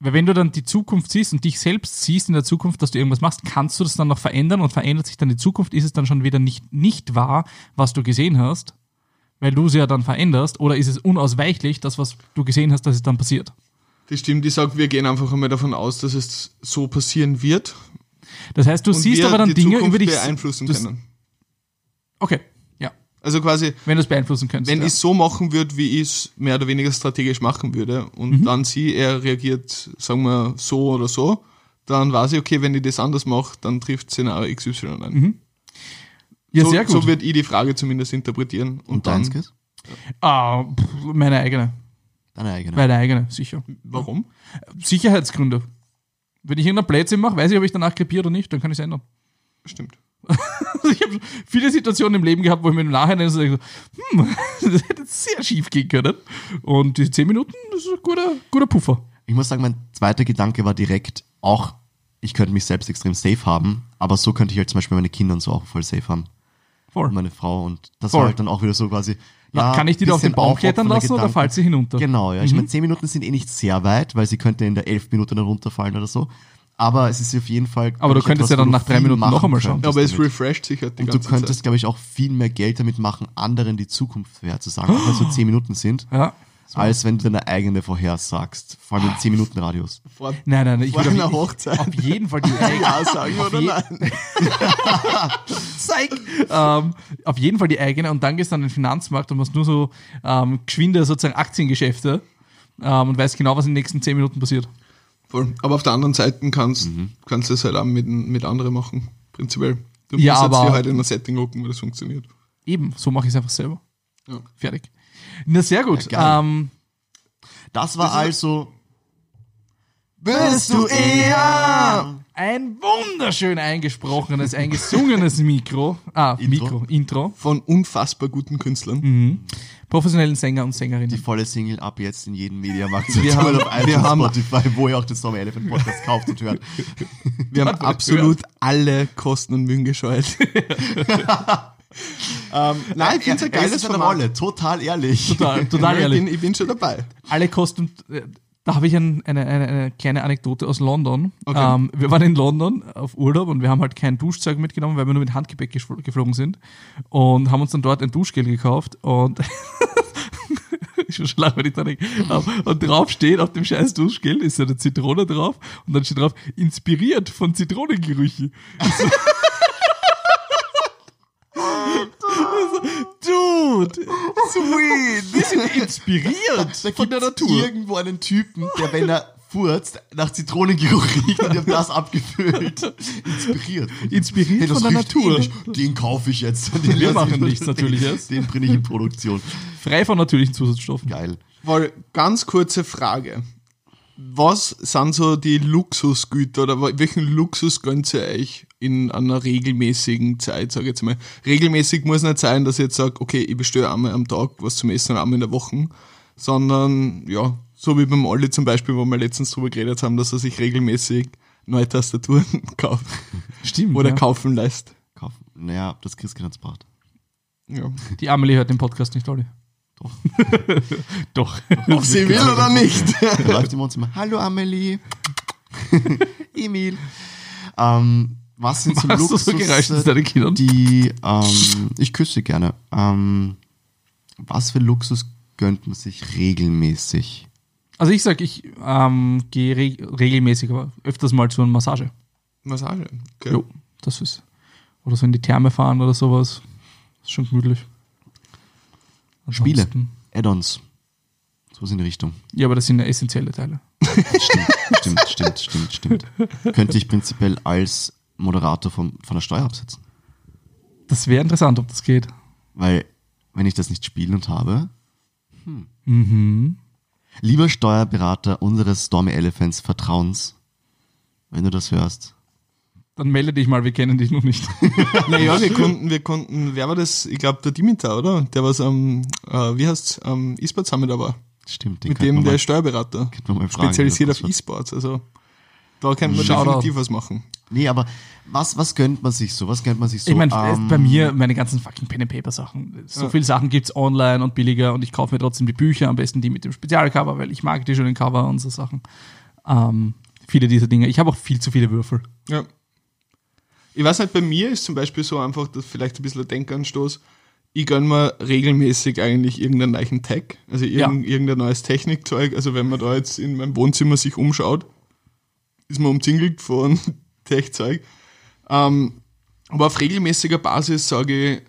Speaker 3: weil wenn du dann die Zukunft siehst und dich selbst siehst in der Zukunft, dass du irgendwas machst, kannst du das dann noch verändern und verändert sich dann die Zukunft, ist es dann schon wieder nicht, nicht wahr, was du gesehen hast, weil du es ja dann veränderst, oder ist es unausweichlich, das, was du gesehen hast, dass es dann passiert?
Speaker 1: Das stimmt, ich sage, wir gehen einfach einmal davon aus, dass es so passieren wird.
Speaker 3: Das heißt, du
Speaker 1: und
Speaker 3: siehst
Speaker 1: wir
Speaker 3: aber dann
Speaker 1: die
Speaker 3: Dinge,
Speaker 1: Zukunft
Speaker 3: über die
Speaker 1: beeinflussen
Speaker 3: du-
Speaker 1: können.
Speaker 3: Okay, ja.
Speaker 1: Also quasi,
Speaker 3: Wenn du es beeinflussen könntest.
Speaker 1: wenn
Speaker 3: ja.
Speaker 1: ich es so machen würde, wie ich es mehr oder weniger strategisch machen würde und dann sie, er reagiert, sagen wir, so oder so, dann weiß ich, okay, wenn ich das anders mache, dann trifft Szenario XY ein.
Speaker 3: ja,
Speaker 1: so,
Speaker 3: sehr gut.
Speaker 1: so wird ich die Frage zumindest interpretieren. Und,
Speaker 4: Und
Speaker 1: dann,
Speaker 4: deins, Chris?
Speaker 3: ah, pff, meine eigene.
Speaker 4: Deine eigene.
Speaker 3: Meine eigene, sicher.
Speaker 1: warum?
Speaker 3: Sicherheitsgründe. Wenn ich irgendein Blödsinn mache, weiß ich, ob ich danach krepiere oder nicht, dann kann ich es ändern.
Speaker 1: Stimmt.
Speaker 3: Also ich habe viele Situationen im Leben gehabt, wo ich mir im Nachhinein so denke, so, hm, das hätte jetzt sehr schief gehen können. Und die 10 Minuten, das ist ein guter, guter Puffer.
Speaker 4: Ich muss sagen, mein zweiter Gedanke war direkt auch, ich könnte mich selbst extrem safe haben, aber so könnte ich halt zum Beispiel meine Kinder und so auch voll safe haben.
Speaker 3: Voll.
Speaker 4: Und meine Frau und das
Speaker 3: Voll.
Speaker 4: war halt dann auch wieder so quasi.
Speaker 3: Ja, kann ich die da auf den
Speaker 4: bisschen
Speaker 3: Baum
Speaker 4: aufopfernde
Speaker 3: klettern lassen oder
Speaker 4: Gedanken.
Speaker 3: fällt sie Mhm. hinunter?
Speaker 4: Genau, ja. Ich meine, zehn Minuten sind eh nicht sehr weit, weil sie könnte in der elf Minute dann runterfallen oder so. Aber es ist auf jeden Fall.
Speaker 3: Aber du
Speaker 4: glaub ich,
Speaker 3: könntest
Speaker 4: etwas,
Speaker 3: ja dann
Speaker 4: wo du
Speaker 3: nach drei
Speaker 4: viel
Speaker 3: Minuten noch
Speaker 4: machen
Speaker 3: einmal schauen.
Speaker 4: könntest
Speaker 1: Ja, aber es
Speaker 4: damit.
Speaker 1: refresht sich halt die
Speaker 4: Und du
Speaker 1: ganze
Speaker 4: könntest,
Speaker 1: Zeit.
Speaker 4: glaube ich, auch viel mehr Geld damit machen, anderen die Zukunft vorherzusagen, auch wenn es nur zehn Minuten sind,
Speaker 3: Ja.
Speaker 4: als wenn du deine eigene vorhersagst. Vor allem in zehn Minuten Radius.
Speaker 1: Vor,
Speaker 3: Nein, nein, ich
Speaker 1: vor
Speaker 3: würde
Speaker 1: einer
Speaker 3: auf,
Speaker 1: Hochzeit.
Speaker 3: auf jeden Fall die eigene,
Speaker 1: Ja, sagen
Speaker 3: auf
Speaker 1: oder
Speaker 3: je-
Speaker 1: nein?
Speaker 3: Zeig. ähm, auf jeden Fall die eigene und dann gehst du an den Finanzmarkt und machst nur so ähm, geschwinde sozusagen Aktiengeschäfte ähm, und weißt genau, was in den nächsten 10 Minuten passiert.
Speaker 1: Voll. Aber auf der anderen Seite kannst kannst du es halt auch mit, mit anderen machen, prinzipiell. Du
Speaker 3: Ja,
Speaker 1: musst
Speaker 3: aber-
Speaker 1: jetzt dir halt in ein Setting gucken, wo das funktioniert.
Speaker 3: Eben, so mache ich es einfach selber.
Speaker 1: Ja.
Speaker 3: Fertig. Na, sehr gut.
Speaker 4: Ja,
Speaker 3: ähm,
Speaker 4: Das war also.
Speaker 1: Bist
Speaker 4: du
Speaker 3: eh
Speaker 4: eher?
Speaker 3: ein wunderschön eingesprochenes, eingesungenes Mikro. Ah,
Speaker 4: Intro.
Speaker 3: Mikro, Intro.
Speaker 1: Von unfassbar guten Künstlern.
Speaker 3: Professionellen Sänger und Sängerinnen.
Speaker 4: Die volle Single ab jetzt in jedem Mediamarkt.
Speaker 1: Wir haben-
Speaker 4: auf iTunes,
Speaker 1: wir haben-
Speaker 4: Spotify, wo ihr auch den Stormy Elephant Podcast kauft und hört.
Speaker 1: Wir haben absolut alle Kosten und Mühen gescheut. ähm, nein, ich finde es ein
Speaker 4: Geiles
Speaker 1: geiles
Speaker 4: von der
Speaker 1: Format.
Speaker 4: Rolle, total ehrlich.
Speaker 3: Total, total
Speaker 1: ich,
Speaker 3: ehrlich.
Speaker 1: bin, ich bin schon dabei.
Speaker 3: alle Kosten. äh, Da habe ich ein, eine, eine, eine kleine Anekdote aus London.
Speaker 1: Okay.
Speaker 3: Ähm, wir waren in London auf Urlaub und wir haben halt kein Duschzeug mitgenommen, weil wir nur mit Handgepäck geschw- geflogen sind und haben uns dann dort ein Duschgel gekauft und ich war schon lange nicht dran. gedacht. Und drauf steht auf dem scheiß Duschgel ist eine Zitrone drauf und dann steht drauf inspiriert von Also, Zitronengerüche. Dude,
Speaker 4: Sweet!
Speaker 3: die sind inspiriert von
Speaker 4: Da gibt
Speaker 3: der
Speaker 4: es
Speaker 3: Natur.
Speaker 4: irgendwo einen Typen, der, wenn er furzt, nach Zitronengeruch riecht und die haben das abgefüllt. Inspiriert.
Speaker 3: Inspiriert
Speaker 4: das
Speaker 3: von der
Speaker 4: riecht
Speaker 3: Natur.
Speaker 4: ähnlich. Den kaufe ich jetzt. Den
Speaker 3: Wir
Speaker 4: lass
Speaker 3: machen
Speaker 4: ich-
Speaker 3: nichts Natürliches.
Speaker 4: Den bringe ich in Produktion.
Speaker 3: Frei von natürlichen Zusatzstoffen.
Speaker 4: Geil.
Speaker 1: Weil, ganz kurze Frage. Was sind so die Luxusgüter oder wel- welchen Luxus gönnt ihr euch in einer regelmäßigen Zeit, sage ich jetzt mal? Regelmäßig muss nicht sein, dass ich jetzt sage, okay, ich bestelle einmal am Tag was zum Essen und einmal in der Woche, sondern ja, so wie beim Olli zum Beispiel, wo wir letztens drüber geredet haben, dass er sich regelmäßig neue Tastaturen kauft
Speaker 3: Stimmt.
Speaker 1: oder
Speaker 3: ja.
Speaker 1: kaufen lässt.
Speaker 4: Kaufen. Naja, das Christkind hat's gebracht.
Speaker 1: Ja.
Speaker 3: Die Amelie hört den Podcast nicht, Olli.
Speaker 4: Doch.
Speaker 3: Doch.
Speaker 1: Ob sie will oder nicht.
Speaker 4: Da läuft im Wohnzimmer. Hallo Amelie. Emil. Ähm, Was sind zum äh,
Speaker 3: Was hast du so gereicht mit deinen Kindern?
Speaker 4: Die, ähm, ich küsse gerne. Ähm, was für Luxus gönnt man sich regelmäßig?
Speaker 3: Also ich sag, ich ähm, gehe re regelmäßig, aber öfters mal zu einer Massage.
Speaker 1: Massage. Okay.
Speaker 3: Jo, das ist. Oder so in die Therme fahren oder sowas. Ist schon gemütlich.
Speaker 4: Spiele,
Speaker 3: Ansonsten-
Speaker 4: Add-ons. So in die Richtung.
Speaker 3: Ja, aber das sind ja essentielle Teile.
Speaker 4: Stimmt, stimmt, stimmt, stimmt, stimmt. Könnte ich prinzipiell als Moderator von, von der Steuer absetzen.
Speaker 3: Das wäre interessant, ob das geht.
Speaker 4: Weil, wenn ich das nicht spiele und habe. hm.
Speaker 1: Mhm.
Speaker 4: Lieber Steuerberater unseres Stormy Elephants Vertrauens, wenn du das hörst.
Speaker 3: Dann melde dich mal, wir kennen dich noch nicht.
Speaker 1: Naja, wir konnten, wir konnten, wer war das? Ich glaube, der Dimitar, oder? Der was am, äh, wie heißt's, am E-Sport Summit da war.
Speaker 4: Stimmt, den
Speaker 1: Mit
Speaker 4: könnte
Speaker 1: dem
Speaker 4: man
Speaker 1: der
Speaker 4: mal-
Speaker 1: ist Steuerberater.
Speaker 4: könnte man mal fragen,
Speaker 1: Spezialisiert
Speaker 4: wie
Speaker 1: auf
Speaker 4: das ausschaut.
Speaker 1: E-Sports. Also da kann man
Speaker 3: Shoutout.
Speaker 1: definitiv was machen.
Speaker 4: Nee, aber was, was gönnt man sich so? Was gönnt man sich so?
Speaker 3: ich meine,
Speaker 4: Ähm,
Speaker 3: bei mir, meine ganzen fucking Pen and Paper Sachen. So viele Sachen gibt's online und billiger und ich kaufe mir trotzdem die Bücher, am besten die mit dem Spezialcover, weil ich mag die schönen Cover und so Sachen. Ähm, viele dieser Dinge. Ich habe auch viel zu viele Würfel.
Speaker 1: Ja. Ich weiß nicht, bei mir ist zum Beispiel so einfach, dass vielleicht ein bisschen ein Denkanstoß, ich gönn mir regelmäßig eigentlich irgendeinen neuen Tag, also irgendein, irgendein neues Technikzeug. Also wenn man da jetzt in meinem Wohnzimmer sich umschaut, ist man umzingelt von Tech-Zeug. Ähm, aber auf regelmäßiger Basis sage ich,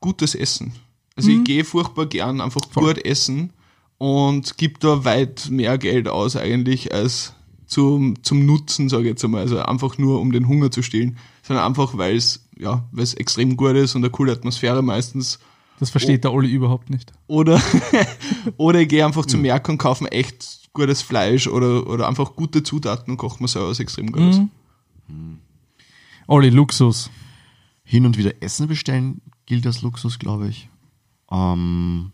Speaker 1: gutes Essen. Also
Speaker 3: Mhm.
Speaker 1: ich gehe furchtbar gern einfach gut essen und gebe da weit mehr Geld aus eigentlich als zum, zum Nutzen, sage ich jetzt einmal. Also einfach nur, um den Hunger zu stillen, sondern einfach, weil es ja, weil's extrem gut ist und eine coole Atmosphäre meistens.
Speaker 3: Das
Speaker 4: Oh.
Speaker 3: versteht der Olli überhaupt nicht.
Speaker 1: Oder, oder ich gehe einfach zum
Speaker 3: Mhm.
Speaker 1: Merk und kaufe mir echt gutes Fleisch oder, oder einfach gute Zutaten und koche mir selber was extrem Gutes.
Speaker 3: Mhm. Olli, Luxus.
Speaker 4: hin und wieder Essen bestellen gilt als Luxus, glaube ich. Ähm,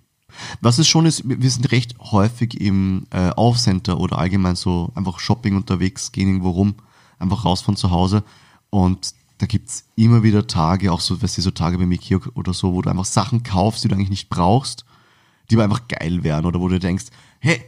Speaker 4: was es schon ist, wir sind recht häufig im äh, Off-Center oder allgemein so einfach Shopping unterwegs, gehen irgendwo rum, einfach raus von zu Hause und da gibt's immer wieder Tage, auch so, weißt du, so Tage beim Ikea oder so, wo du einfach Sachen kaufst, die du eigentlich nicht brauchst, die aber einfach geil wären oder wo du denkst, hey,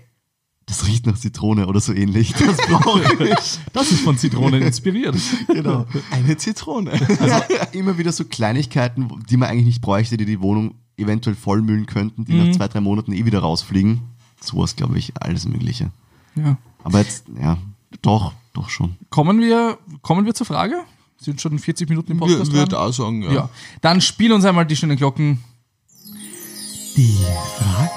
Speaker 4: das riecht nach Zitrone oder so ähnlich, das brauche ich nicht.
Speaker 3: Das ist von Zitronen inspiriert.
Speaker 4: Genau.
Speaker 1: Eine Zitrone.
Speaker 4: Also immer wieder so Kleinigkeiten, wo- die man eigentlich nicht bräuchte, die die Wohnung eventuell vollmüllen könnten, die
Speaker 3: Mhm.
Speaker 4: nach zwei, drei Monaten eh wieder rausfliegen. Sowas, glaube ich, alles Mögliche.
Speaker 3: Ja.
Speaker 4: Aber jetzt, ja, doch, doch schon.
Speaker 3: Kommen wir, kommen wir zur Frage? Sind schon 40 Minuten im Podcast
Speaker 1: Wir,
Speaker 3: dran?
Speaker 1: würde auch sagen, ja.
Speaker 3: ja. Dann spiel uns einmal die schönen Glocken. Die Frage.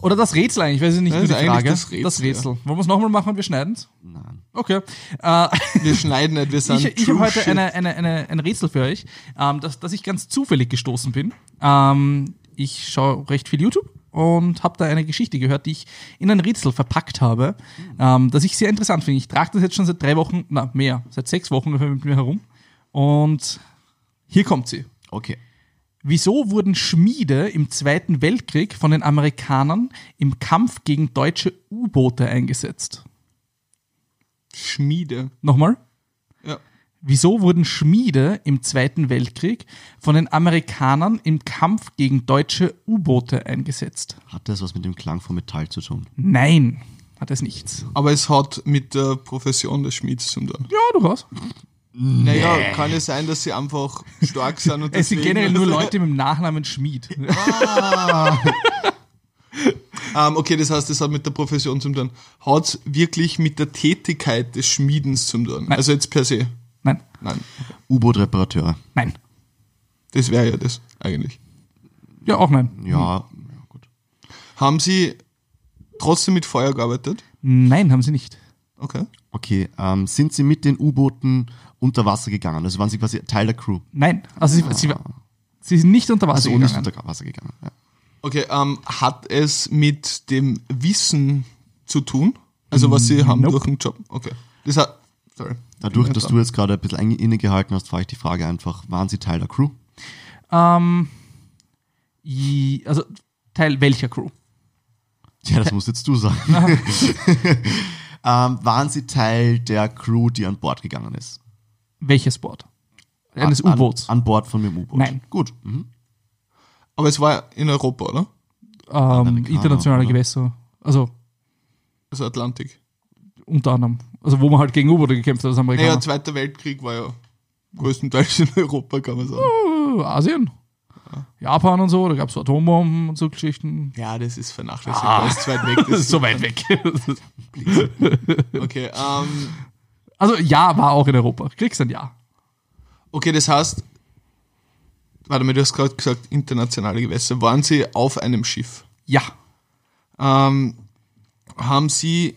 Speaker 3: Oder das Rätsel eigentlich, weil es nicht
Speaker 1: Das
Speaker 3: nur
Speaker 1: ist
Speaker 3: die
Speaker 1: eigentlich
Speaker 3: Frage.
Speaker 1: das Rätsel,
Speaker 3: Wollen wir es nochmal machen und wir schneiden es?
Speaker 4: Nein.
Speaker 3: Okay. Äh,
Speaker 1: Wir schneiden nicht, wir sind
Speaker 3: ich ich habe
Speaker 1: True
Speaker 3: heute
Speaker 1: Shit.
Speaker 3: eine, eine, eine, ein Rätsel für euch, ähm, dass dass ich ganz zufällig gestoßen bin. Ähm, ich schaue recht viel YouTube und habe da eine Geschichte gehört, die ich in ein Rätsel verpackt habe, ähm, das ich sehr interessant finde. Ich trage das jetzt schon seit drei Wochen, na mehr, seit sechs Wochen ungefähr mit mir herum. Und hier kommt sie.
Speaker 4: Okay.
Speaker 3: Wieso wurden Schmiede im Zweiten Weltkrieg von den Amerikanern im Kampf gegen deutsche U-Boote eingesetzt?
Speaker 1: Schmiede.
Speaker 3: Nochmal?
Speaker 1: Ja.
Speaker 3: Wieso wurden Schmiede im Zweiten Weltkrieg von den Amerikanern im Kampf gegen deutsche U-Boote eingesetzt?
Speaker 4: Hat das was mit dem Klang von Metall zu tun?
Speaker 3: Nein, hat es nichts.
Speaker 1: Aber es hat mit der Profession des Schmieds zu tun.
Speaker 3: Ja, durchaus.
Speaker 1: Naja, kann es sein, dass sie einfach stark sind und
Speaker 3: Es sind
Speaker 1: deswegen-
Speaker 3: generell nur Leute mit dem Nachnamen Schmied.
Speaker 1: Ähm, okay, das heißt, das hat mit der Profession zu tun. Hat's wirklich mit der Tätigkeit des Schmiedens zu tun?
Speaker 3: Nein.
Speaker 1: Also jetzt per se.
Speaker 3: Nein,
Speaker 1: Nein.
Speaker 4: U-Boot-Reparateur.
Speaker 3: nein.
Speaker 1: Das wäre ja das eigentlich.
Speaker 3: Ja, auch nein.
Speaker 4: Ja,
Speaker 3: Mhm.
Speaker 4: ja, gut.
Speaker 1: Haben sie trotzdem mit Feuer gearbeitet?
Speaker 3: Nein, haben sie nicht.
Speaker 1: Okay.
Speaker 4: Okay, ähm, sind Sie mit den U-Booten unter Wasser gegangen? Also waren Sie quasi Teil der Crew?
Speaker 3: Nein, also sie, sie, sie sind nicht unter Wasser
Speaker 4: Also nicht
Speaker 3: gegangen.
Speaker 4: unter Wasser gegangen. Ja.
Speaker 1: Okay, ähm, hat es mit dem Wissen zu tun? Also was sie haben
Speaker 3: Nope.
Speaker 1: durch den Job? Okay. Das hat, sorry.
Speaker 4: Dadurch, dass du jetzt gerade ein bisschen innegehalten hast, frage ich die Frage einfach, waren Sie Teil der Crew?
Speaker 3: Ähm, i- also Teil welcher Crew?
Speaker 4: Ja, das musst jetzt du sagen. ähm, waren Sie Teil der Crew, die an Bord gegangen ist?
Speaker 3: Welches Boot? Eines
Speaker 4: An-
Speaker 3: Äh, U-Boots.
Speaker 4: An, an Bord von dem U-Boot.
Speaker 3: Nein.
Speaker 4: Gut. Mhm.
Speaker 1: Aber es war in Europa, oder?
Speaker 3: Ähm,
Speaker 4: Amerikaner,
Speaker 3: internationale
Speaker 4: oder?
Speaker 3: Gewässer. Also
Speaker 1: Also Atlantik.
Speaker 3: Unter anderem. Also wo man halt gegen U-Boote gekämpft hat als Amerikaner.
Speaker 1: Naja, Zweiter Weltkrieg war ja größtenteils in Europa, kann man sagen.
Speaker 3: Äh, Asien. Japan und so, da gab es Atombomben und so Geschichten.
Speaker 1: Ja, das ist vernachlässigbar. Ah. Das ist zu weit weg. Das ist
Speaker 3: so weit weg.
Speaker 1: Okay, ähm,
Speaker 3: also ja, war auch in Europa. Kriegst ein Ja.
Speaker 1: okay, das heißt, warte mal, du hast gerade gesagt, internationale Gewässer. Waren sie auf einem Schiff?
Speaker 3: Ja.
Speaker 1: Ähm, haben sie,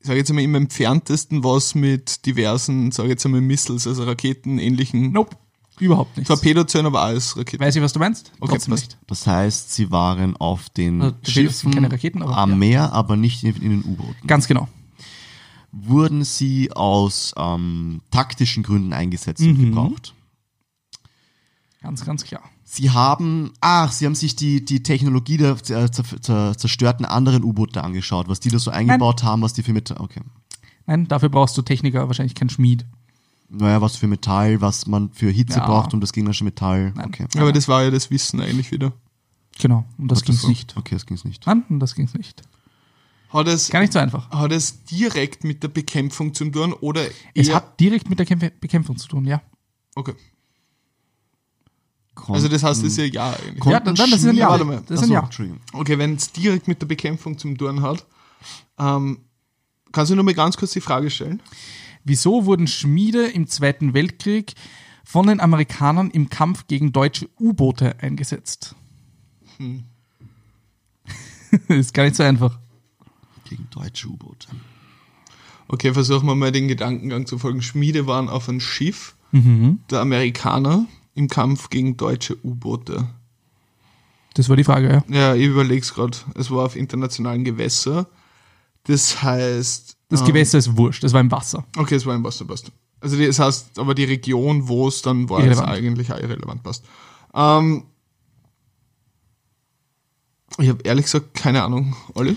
Speaker 1: sage jetzt einmal, im entferntesten was mit diversen, sage jetzt einmal, Missiles, also Raketen, ähnlichen.
Speaker 3: Nope. Überhaupt nicht.
Speaker 1: Torpedozellen, aber alles Raketen.
Speaker 3: Weiß ich, was du meinst?
Speaker 1: Okay,
Speaker 3: Trotzdem
Speaker 1: passt.
Speaker 3: nicht.
Speaker 4: Das heißt, sie waren auf den
Speaker 3: Also, die Schiffe sind
Speaker 4: Schiffen
Speaker 3: keine Raketen, aber-
Speaker 4: am
Speaker 3: ja.
Speaker 4: Meer, aber nicht in, in den U-Booten.
Speaker 3: Ganz genau.
Speaker 4: Wurden sie aus ähm, taktischen Gründen eingesetzt
Speaker 3: Mhm.
Speaker 4: und gebraucht?
Speaker 3: Ganz, ganz klar.
Speaker 4: Sie haben, ach, sie haben sich die, die Technologie der zer- zer- zer- zerstörten anderen U-Boote angeschaut, was die da so eingebaut haben, was die für Metall, okay.
Speaker 3: Nein, dafür brauchst du Techniker, wahrscheinlich kein Schmied.
Speaker 4: Naja, was für Metall, was man für Hitze
Speaker 3: Ja.
Speaker 4: braucht, um das gegnerische Metall, okay.
Speaker 1: Aber das war ja das Wissen eigentlich wieder.
Speaker 3: Genau, um das ging's nicht.
Speaker 4: Okay, das ging's nicht.
Speaker 3: Nein, um das ging's nicht.
Speaker 1: Hat es,
Speaker 3: Gar nicht so einfach.
Speaker 1: hat es direkt mit der Bekämpfung zu tun oder
Speaker 3: Es
Speaker 1: eher-
Speaker 3: hat direkt mit der Kämpfe Bekämpfung zu tun, ja.
Speaker 1: Okay.
Speaker 4: Kon-
Speaker 1: Also das heißt, das ist ja ja eigentlich.
Speaker 3: Ja, dann- dann- das ist ein
Speaker 4: Schmiede-
Speaker 3: Ja.
Speaker 1: Warte mal.
Speaker 3: Das ist ein
Speaker 4: Achso,
Speaker 3: Ja.
Speaker 4: Entschuldigung.
Speaker 1: Okay, wenn es direkt mit der Bekämpfung zum Tun hat, ähm, kannst du nur mal ganz kurz die Frage stellen?
Speaker 3: Wieso wurden Schmiede im Zweiten Weltkrieg von den Amerikanern im Kampf gegen deutsche U-Boote eingesetzt? Hm. Ist gar nicht so einfach.
Speaker 4: Gegen deutsche U-Boote.
Speaker 1: Okay, versuchen wir mal den Gedankengang zu folgen. Schmiede waren auf einem Schiff der Amerikaner im Kampf gegen deutsche U-Boote.
Speaker 3: Das war die Frage, ja.
Speaker 1: Ja, ich überlege es gerade. Es war auf internationalen Gewässer. Das heißt.
Speaker 4: Ah.
Speaker 3: Das Gewässer ist wurscht, das war im Wasser.
Speaker 1: Okay, es war im Wasser, passt. Also das heißt, aber die Region, wo es dann war, ist
Speaker 3: Irrelevant.
Speaker 1: eigentlich auch irrelevant, passt. Ähm, ich habe ehrlich gesagt keine Ahnung, Olli.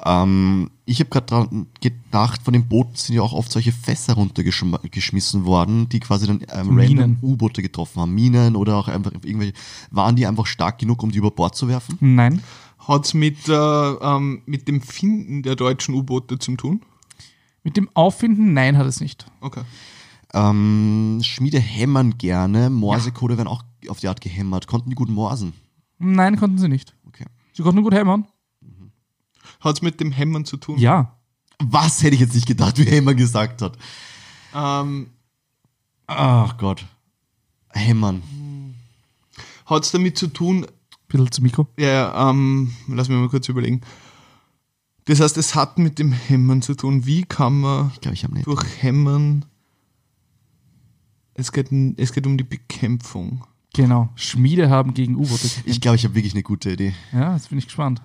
Speaker 4: Ähm, ich habe gerade dran gedacht, von den Booten sind ja auch oft solche Fässer runtergeschmissen worden, die quasi dann ähm, random
Speaker 3: Minen.
Speaker 4: U-Boote getroffen haben. Minen oder auch einfach irgendwelche. Waren die einfach stark genug, um die über Bord zu werfen?
Speaker 3: Nein.
Speaker 1: Hat es mit, äh, ähm, mit dem Finden der deutschen U-Boote zu tun?
Speaker 3: Mit dem Auffinden, nein, hat es nicht.
Speaker 1: Okay.
Speaker 4: Ähm, Schmiede hämmern gerne, Morsecode werden auch auf die Art gehämmert. Konnten die gut morsen?
Speaker 3: Nein, konnten sie nicht.
Speaker 4: Okay.
Speaker 3: Sie konnten gut hämmern.
Speaker 1: Hat es mit dem Hämmern zu tun?
Speaker 3: Ja.
Speaker 4: Was hätte ich jetzt nicht gedacht, wie Hämmer gesagt hat?
Speaker 1: Ähm,
Speaker 4: Ach Gott. Hämmern.
Speaker 1: hat es damit zu tun,
Speaker 3: Bisschen zu Mikro.
Speaker 1: ja, ähm, lass mich mal kurz überlegen. Das heißt, es hat mit dem Hämmern zu tun. Wie kann man
Speaker 4: Ich glaube, ich habe nicht.
Speaker 1: durch Hämmern. Es geht, es geht um die Bekämpfung.
Speaker 3: Genau. Schmiede haben gegen U-Boote.
Speaker 4: Ich glaube, ich habe wirklich eine gute Idee.
Speaker 3: Ja, jetzt bin ich gespannt.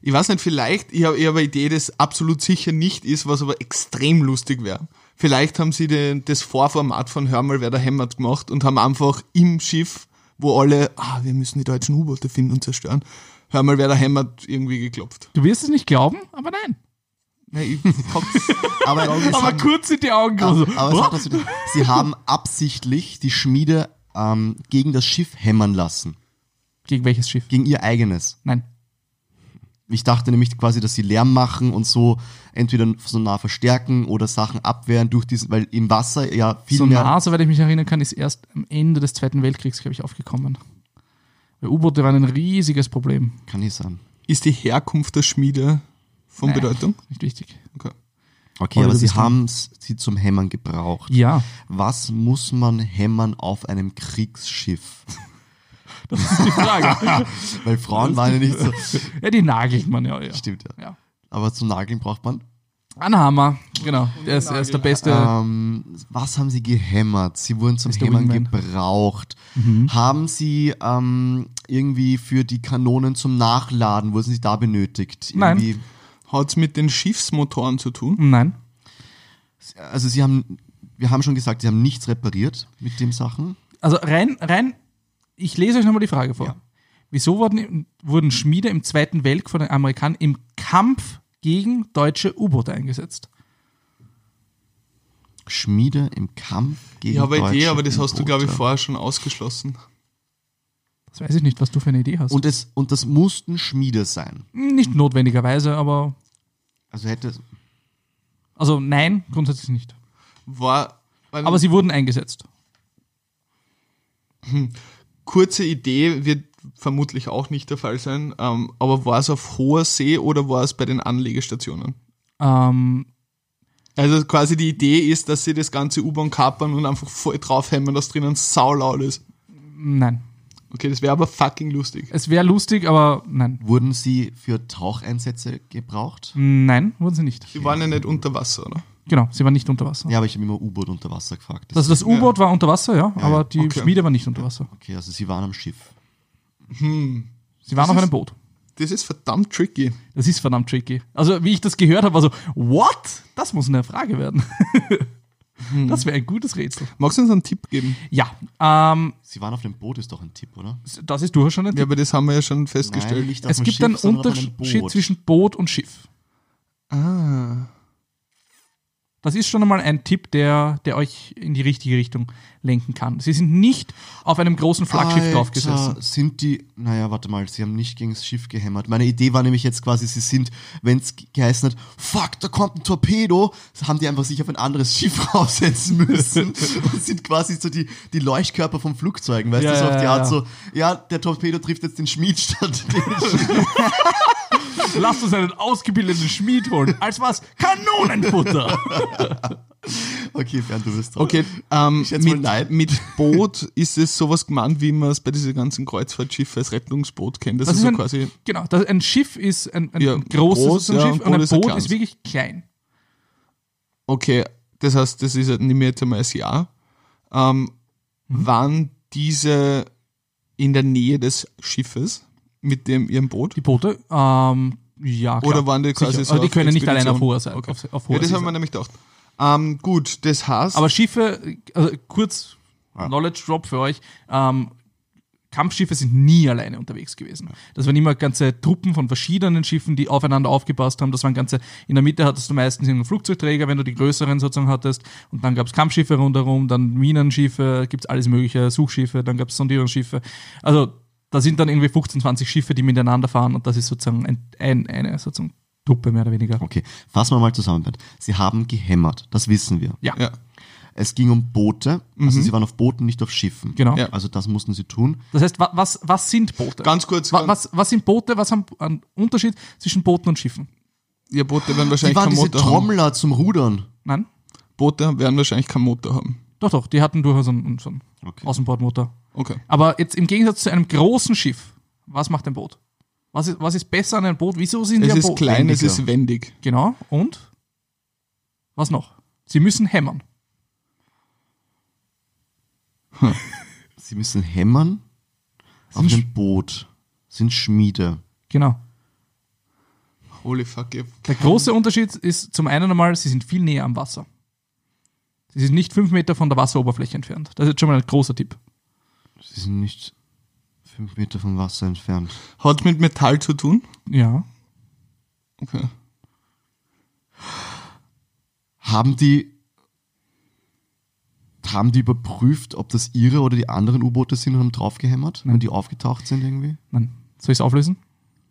Speaker 1: Ich weiß nicht, vielleicht, ich habe ich hab eine Idee, das absolut sicher nicht ist, was aber extrem lustig wäre. Vielleicht haben sie den, das Vorformat von Hör mal, wer da hämmert gemacht und haben einfach im Schiff, wo alle, ah, wir müssen die deutschen U-Boote finden und zerstören, Hör mal, wer da hämmert, irgendwie geklopft.
Speaker 3: Du wirst es nicht glauben, aber nein.
Speaker 1: Ja, ich hab's-
Speaker 4: Aber,
Speaker 3: Aber kurz sind die Augen groß.
Speaker 4: Aber es hat was zu tun. sie haben absichtlich die Schmiede ähm, gegen das Schiff hämmern lassen.
Speaker 3: Gegen welches Schiff?
Speaker 4: Gegen ihr eigenes.
Speaker 3: Nein.
Speaker 4: Ich dachte nämlich quasi, dass sie Lärm machen und so entweder so nah verstärken oder Sachen abwehren durch diesen, weil im Wasser ja viel
Speaker 3: So
Speaker 4: mehr.
Speaker 3: nah, soweit ich mich erinnern kann, ist erst am Ende des Zweiten Weltkriegs, glaube ich, aufgekommen. Weil U-Boote waren ein riesiges Problem.
Speaker 4: Kann nicht sein.
Speaker 1: ist die Herkunft der Schmiede von
Speaker 3: Nein,
Speaker 1: Um Bedeutung?
Speaker 3: Äh, Nicht wichtig.
Speaker 1: Okay.
Speaker 4: Okay,
Speaker 3: Oder
Speaker 4: aber
Speaker 3: du
Speaker 4: sie
Speaker 3: bist dran.
Speaker 4: haben sie zum Hämmern gebraucht.
Speaker 3: Ja.
Speaker 4: Was muss man hämmern auf einem Kriegsschiff?
Speaker 3: Das ist die Frage.
Speaker 4: Weil Frauen waren ja nicht so.
Speaker 3: ja, die nagelt man ja. ja.
Speaker 4: Stimmt ja.
Speaker 3: Ja.
Speaker 4: Aber zum Nageln braucht man.
Speaker 3: Anhammer, genau. Der ist, er ist der beste.
Speaker 4: Ähm, was haben sie gehämmert? Sie wurden zum
Speaker 3: Mr.
Speaker 4: Hämmern
Speaker 3: Wingman.
Speaker 4: gebraucht.
Speaker 1: Mhm.
Speaker 4: Haben sie ähm, irgendwie für die Kanonen zum Nachladen, wurden sie da benötigt?
Speaker 3: Nein.
Speaker 4: Irgendwie-
Speaker 1: Hat es mit den Schiffsmotoren zu tun?
Speaker 3: Nein.
Speaker 4: Also sie haben, wir haben schon gesagt, sie haben nichts repariert mit dem Sachen.
Speaker 3: Also rein, rein, ich lese euch nochmal die Frage vor. Wieso wurden, wurden Schmiede im Zweiten Weltkrieg von den Amerikanern im Kampf gegen deutsche U-Boote eingesetzt?
Speaker 4: Schmiede im Kampf gegen
Speaker 1: Ich habe eine Idee,
Speaker 4: deutsche
Speaker 1: aber das hast du, glaube ich,
Speaker 4: U-Boote.
Speaker 1: vorher schon ausgeschlossen.
Speaker 3: Das weiß ich nicht, was du für eine Idee hast.
Speaker 4: Und, es, und das mussten Schmiede sein.
Speaker 3: Nicht notwendigerweise, aber
Speaker 4: Also hätte es.
Speaker 3: Also nein, grundsätzlich nicht.
Speaker 1: War eine
Speaker 3: Aber sie wurden eingesetzt.
Speaker 1: kurze Idee, wird vermutlich auch nicht der Fall sein, ähm, aber war es auf hoher See oder war es bei den Anlegestationen?
Speaker 3: Ähm,
Speaker 1: Also quasi die Idee ist, dass sie das ganze U-Bahn kapern und einfach voll draufhämmern, dass drinnen saulaut ist.
Speaker 3: nein.
Speaker 1: Okay, das wäre aber fucking lustig.
Speaker 3: Es wäre lustig, aber nein.
Speaker 4: Wurden sie für Taucheinsätze gebraucht?
Speaker 3: Nein, wurden sie nicht.
Speaker 1: Die waren ja nicht unter Wasser, oder?
Speaker 3: Genau, sie waren nicht unter Wasser.
Speaker 4: Ja, aber ich habe immer U-Boot unter Wasser gefragt. Das
Speaker 3: Also das U-Boot war unter Wasser, ja, aber die
Speaker 1: okay.
Speaker 3: Schmiede war nicht unter Wasser.
Speaker 4: okay, also sie waren am Schiff.
Speaker 3: Sie waren
Speaker 1: Das
Speaker 3: auf
Speaker 1: ist-
Speaker 3: einem Boot.
Speaker 1: Das ist verdammt tricky.
Speaker 3: Das ist verdammt tricky. Also, wie ich das gehört habe, war so, what? Das muss eine Frage werden.
Speaker 4: Hm.
Speaker 3: Das wäre ein gutes Rätsel.
Speaker 1: Magst du uns einen Tipp geben?
Speaker 3: Ja, ähm,
Speaker 4: Sie waren auf dem Boot, ist doch ein Tipp, oder?
Speaker 3: das ist durchaus schon ein
Speaker 1: Ja,
Speaker 3: Tipp.
Speaker 1: aber das haben wir ja schon festgestellt.
Speaker 4: nicht auf
Speaker 3: Es
Speaker 4: dem
Speaker 3: gibt
Speaker 4: Schiff,
Speaker 3: einen
Speaker 4: sondern auf einem
Speaker 3: Unterschied
Speaker 4: Boot.
Speaker 3: zwischen Boot und Schiff.
Speaker 1: Ah.
Speaker 3: Das ist schon einmal ein Tipp, der, der euch in die richtige Richtung lenken kann. Sie sind nicht auf einem großen Flaggschiff
Speaker 4: Alter,
Speaker 3: draufgesessen.
Speaker 4: Sind die, naja, warte mal, sie haben nicht gegen das Schiff gehämmert. Meine Idee war nämlich jetzt quasi, sie sind, wenn es geheißen hat, fuck, da kommt ein Torpedo, haben die einfach sich auf ein anderes Schiff raufsetzen müssen und sind quasi so die, die Leuchtkörper von Flugzeugen, weißt
Speaker 3: Ja,
Speaker 4: du, so auf
Speaker 3: ja,
Speaker 4: die
Speaker 3: ja,
Speaker 4: Art
Speaker 3: ja.
Speaker 4: so, ja, der Torpedo trifft jetzt den Schmied statt den
Speaker 3: Lasst uns einen ausgebildeten Schmied holen. Als was? Kanonenfutter!
Speaker 4: Okay, Bernd, du bist dran.
Speaker 1: Okay, ähm,
Speaker 4: schätze mal nein.
Speaker 1: mit, mit Boot ist es sowas gemeint, wie man es bei diesen ganzen Kreuzfahrtschiffen als Rettungsboot kennt. Das,
Speaker 3: Das
Speaker 1: ist
Speaker 3: ist
Speaker 1: so
Speaker 3: ein,
Speaker 1: quasi.
Speaker 3: genau, das, ein Schiff ist ein, ein
Speaker 1: Ja,
Speaker 3: großes
Speaker 1: groß,
Speaker 3: ist ein
Speaker 1: ja,
Speaker 3: Schiff
Speaker 1: und
Speaker 3: und,
Speaker 1: Boot
Speaker 3: ein
Speaker 1: ist ein
Speaker 3: Boot
Speaker 1: kleines.
Speaker 3: ist wirklich klein.
Speaker 1: Okay, das heißt, das ist halt nicht mehr jetzt einmal ein Jahr.
Speaker 3: Mhm.
Speaker 1: Ähm, Waren diese in der Nähe des Schiffes mit dem ihrem Boot?
Speaker 3: Die Boote? Ähm, ja, klar.
Speaker 1: Oder waren die quasi
Speaker 3: Sicher.
Speaker 1: so
Speaker 3: Also die
Speaker 1: auf
Speaker 3: können nicht
Speaker 1: Expedition?
Speaker 3: allein auf hoher Seite.
Speaker 1: Okay.
Speaker 3: Auf, auf
Speaker 1: Ja,
Speaker 3: hoher
Speaker 1: das
Speaker 3: See
Speaker 1: haben wir
Speaker 3: sein.
Speaker 1: nämlich gedacht. Ähm, gut, das heißt.
Speaker 3: Aber Schiffe, also kurz
Speaker 4: Ja.
Speaker 3: Knowledge Drop für euch, ähm, Kampfschiffe sind nie alleine unterwegs gewesen. Das waren immer ganze Truppen von verschiedenen Schiffen, die aufeinander aufgepasst haben. Das waren ganze, in der Mitte hattest du meistens einen Flugzeugträger, wenn du die größeren sozusagen hattest. Und dann gab es Kampfschiffe rundherum, dann Minenschiffe, gibt es alles mögliche, Suchschiffe, dann gab es Sondierungsschiffe. Also da sind dann irgendwie 15, 20 Schiffe, die miteinander fahren und das ist sozusagen ein, ein, eine sozusagen Truppe mehr oder weniger.
Speaker 4: Okay, fassen wir mal zusammen, Bernd. Sie haben gehämmert, das wissen wir.
Speaker 3: Ja. Mhm.
Speaker 1: ja.
Speaker 4: Es ging um Boote, also sie waren auf Booten, nicht auf Schiffen.
Speaker 3: Genau.
Speaker 1: Ja.
Speaker 4: Also das mussten sie tun.
Speaker 3: Das heißt, wa- was, was sind Boote?
Speaker 1: Ganz kurz,
Speaker 3: Wa-
Speaker 1: ganz-
Speaker 3: was, was sind Boote? Was haben einen Unterschied zwischen Booten und Schiffen?
Speaker 1: Ihr Boote werden
Speaker 4: Die
Speaker 1: wahrscheinlich
Speaker 4: waren
Speaker 1: keinen
Speaker 4: diese
Speaker 1: Motor haben.
Speaker 4: Trommler zum Rudern.
Speaker 3: Nein?
Speaker 1: Boote werden wahrscheinlich keinen Motor haben.
Speaker 3: Doch, doch, die hatten durchaus einen, so einen
Speaker 4: Okay.
Speaker 3: Außenbordmotor.
Speaker 1: Okay.
Speaker 3: Aber jetzt im Gegensatz zu einem großen Schiff, was macht ein Boot? Was ist, was ist besser an einem Boot? Wieso sind
Speaker 1: Es
Speaker 3: die ein
Speaker 1: ist
Speaker 3: Boot?
Speaker 1: klein, es
Speaker 4: Wendiger.
Speaker 1: ist wendig.
Speaker 3: Genau, und? Was noch? Sie müssen hämmern.
Speaker 4: Sie müssen hämmern auf
Speaker 3: Sind
Speaker 4: einem Boot. Sind Schmiede.
Speaker 3: Genau.
Speaker 1: Holy fuck, ihr
Speaker 3: Der große Unterschied ist zum einen einmal, sie sind viel näher am Wasser. Sie sind nicht fünf Meter von der Wasseroberfläche entfernt. Das ist jetzt schon mal ein großer Tipp.
Speaker 4: Sie sind nicht fünf Meter vom Wasser entfernt.
Speaker 1: Hat mit Metall zu tun?
Speaker 3: Ja.
Speaker 1: Okay.
Speaker 4: Haben die haben die überprüft, ob das ihre oder die anderen U-Boote sind und haben draufgehämmert, wenn die aufgetaucht sind irgendwie?
Speaker 3: Nein. Soll ich es auflösen?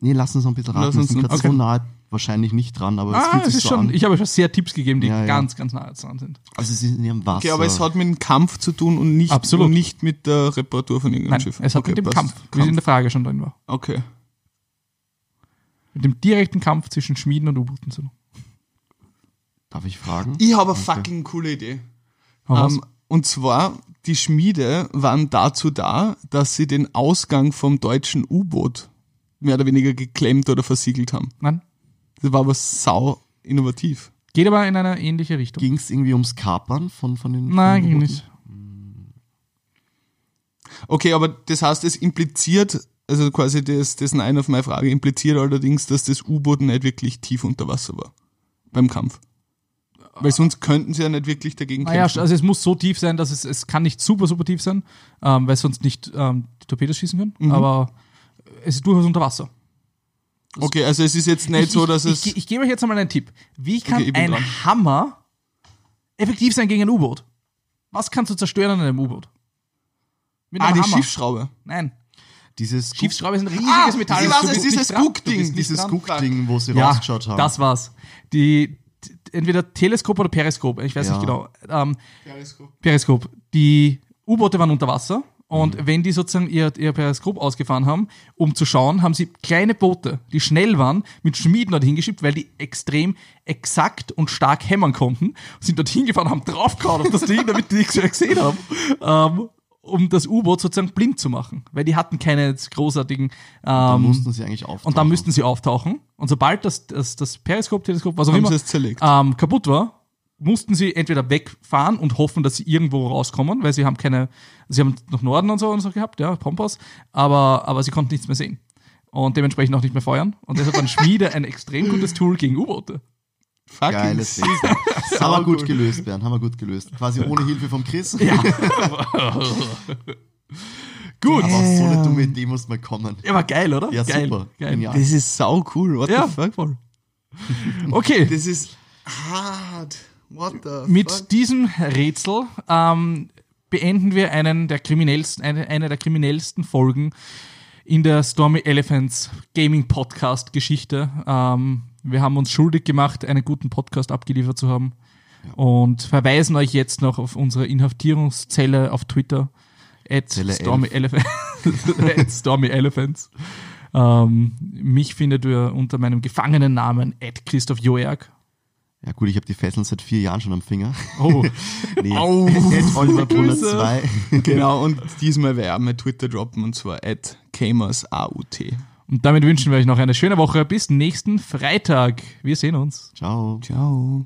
Speaker 4: Nee, lass uns noch ein bisschen raten.
Speaker 1: Lass
Speaker 4: Wir
Speaker 1: uns
Speaker 4: sind
Speaker 1: noch-
Speaker 4: gerade so
Speaker 1: okay.
Speaker 4: nahe, wahrscheinlich nicht dran, aber es
Speaker 3: Ah, es
Speaker 4: fühlt sich
Speaker 3: ist
Speaker 4: so
Speaker 3: schon,
Speaker 4: an.
Speaker 3: ich habe euch schon sehr Tipps gegeben, die
Speaker 4: Ja, ja.
Speaker 3: ganz, ganz nah dran sind.
Speaker 4: Also sie sind in ihrem Wasser.
Speaker 1: Okay, aber es hat mit dem Kampf zu tun und nicht,
Speaker 3: Absolut.
Speaker 1: Und nicht mit der Reparatur von irgendeinem
Speaker 3: Nein,
Speaker 1: Schiff.
Speaker 3: es hat
Speaker 1: okay,
Speaker 3: mit dem
Speaker 1: passt.
Speaker 3: Kampf, wie es in der Frage schon drin war,
Speaker 1: Okay.
Speaker 3: mit dem direkten Kampf zwischen Schmieden und U-Booten zu tun.
Speaker 4: Darf ich fragen?
Speaker 1: Ich habe eine fucking coole Idee.
Speaker 3: Hau raus.
Speaker 1: Ähm, und zwar, die Schmiede waren dazu da, dass sie den Ausgang vom deutschen U-Boot mehr oder weniger geklemmt oder versiegelt haben.
Speaker 3: Nein,
Speaker 1: Das war aber sau innovativ.
Speaker 3: geht aber in eine ähnliche Richtung.
Speaker 4: Ging es irgendwie ums Kapern von, von den
Speaker 3: Nein,
Speaker 4: von
Speaker 3: ging
Speaker 4: den
Speaker 3: nicht.
Speaker 1: Okay, aber das heißt, es impliziert, also quasi das, das Nein auf meine Frage, impliziert allerdings, dass das U-Boot nicht wirklich tief unter Wasser war beim Kampf. Weil sonst könnten sie ja nicht wirklich dagegen
Speaker 3: Naja,
Speaker 1: kämpfen.
Speaker 3: also es muss so tief sein, dass es, es kann nicht super, super tief sein, ähm, weil sonst nicht ähm, die Torpedos schießen können,
Speaker 1: Mhm.
Speaker 3: aber es ist durchaus unter Wasser.
Speaker 1: okay, also es ist jetzt nicht
Speaker 3: ich,
Speaker 1: so, dass
Speaker 3: ich,
Speaker 1: es...
Speaker 3: Ich, ich gebe euch jetzt einmal einen Tipp. Wie kann
Speaker 1: ich bin
Speaker 3: ein
Speaker 1: dran.
Speaker 3: Hammer effektiv sein gegen ein U-Boot? Was kannst du zerstören an einem U-Boot? Mit
Speaker 1: ah, die
Speaker 3: einem Hammer?
Speaker 1: Schiffsschraube.
Speaker 3: Nein.
Speaker 4: Dieses
Speaker 3: Schiefsschraube ist ein riesiges
Speaker 1: Ah,
Speaker 3: Metall.
Speaker 1: ich
Speaker 3: du
Speaker 1: weiß es,
Speaker 3: bist
Speaker 1: dieses
Speaker 3: nicht dran,
Speaker 1: Guck-Ding,
Speaker 3: du bist nicht
Speaker 4: dieses
Speaker 3: dran.
Speaker 4: Guck-Ding, wo sie rausgeschaut haben.
Speaker 3: Das war's. Die, t- entweder Teleskop oder Periskop, ich weiß
Speaker 4: Ja.
Speaker 3: nicht genau. Ähm, Periskop. Die U-Boote waren unter Wasser und
Speaker 4: Mhm.
Speaker 3: wenn die sozusagen ihr, ihr Periskop ausgefahren haben, um zu schauen, haben sie kleine Boote, die schnell waren, mit Schmieden dorthin geschickt, weil die extrem exakt und stark hämmern konnten, sind dorthin gefahren, haben draufgehauen auf das Ding, damit die nichts mehr gesehen haben. Ähm, um das U-Boot sozusagen blind zu machen, weil die hatten keine jetzt großartigen
Speaker 4: da
Speaker 3: ähm,
Speaker 4: mussten sie eigentlich auftauchen.
Speaker 3: und dann müssten sie auftauchen. Und sobald das, das, das Periskop, Teleskop, was auch
Speaker 1: Haben
Speaker 3: immer,
Speaker 1: sie es zerlegt.
Speaker 3: ähm, kaputt war, mussten sie entweder wegfahren und hoffen, dass sie irgendwo rauskommen, weil sie haben keine, sie haben noch Norden und so und so gehabt, ja, Pompas, aber, aber sie konnten nichts mehr sehen. Und dementsprechend auch nicht mehr feuern. Und deshalb waren Schmiede ein extrem gutes Tool gegen U-Boote.
Speaker 1: Fucking
Speaker 4: Geiles Ding. haben wir gut gelöst, Bernd, haben wir gut gelöst. Quasi ohne Hilfe vom Chris.
Speaker 1: Gut.
Speaker 4: Aber auf so eine dumme Idee muss man kommen.
Speaker 3: Ja, war geil, oder?
Speaker 4: Ja,
Speaker 3: geil,
Speaker 4: super.
Speaker 3: Geil.
Speaker 4: Genial.
Speaker 1: Das ist sau cool. What
Speaker 3: Ja,
Speaker 1: the fuck?
Speaker 3: voll. Okay.
Speaker 1: Das ist hart. What the fuck?
Speaker 3: Mit diesem Rätsel ähm, beenden wir einen der kriminellsten, eine, eine der kriminellsten Folgen in der Stormy Elephants Gaming Podcast Geschichte. Ähm, wir haben uns schuldig gemacht, einen guten Podcast abgeliefert zu haben und verweisen euch jetzt noch auf unsere Inhaftierungszelle auf Twitter. At
Speaker 4: Zelle
Speaker 3: Stormy, Elephant, at Stormy Elephants. Ähm, mich findet ihr unter meinem Gefangenennamen at Christoph Joerg.
Speaker 4: Ja gut, ich habe die Fesseln seit vier Jahren schon am Finger.
Speaker 3: Oh,
Speaker 4: Nee,
Speaker 1: Au.
Speaker 4: at Oliver Brunner
Speaker 3: Grüße.
Speaker 4: 2.
Speaker 1: Genau, und diesmal werde ich auch mit Twitter droppen und zwar at CamersAUT.
Speaker 3: Und damit wünschen wir euch noch eine schöne Woche. Bis nächsten Freitag. Wir sehen uns.
Speaker 4: Ciao.
Speaker 1: Ciao.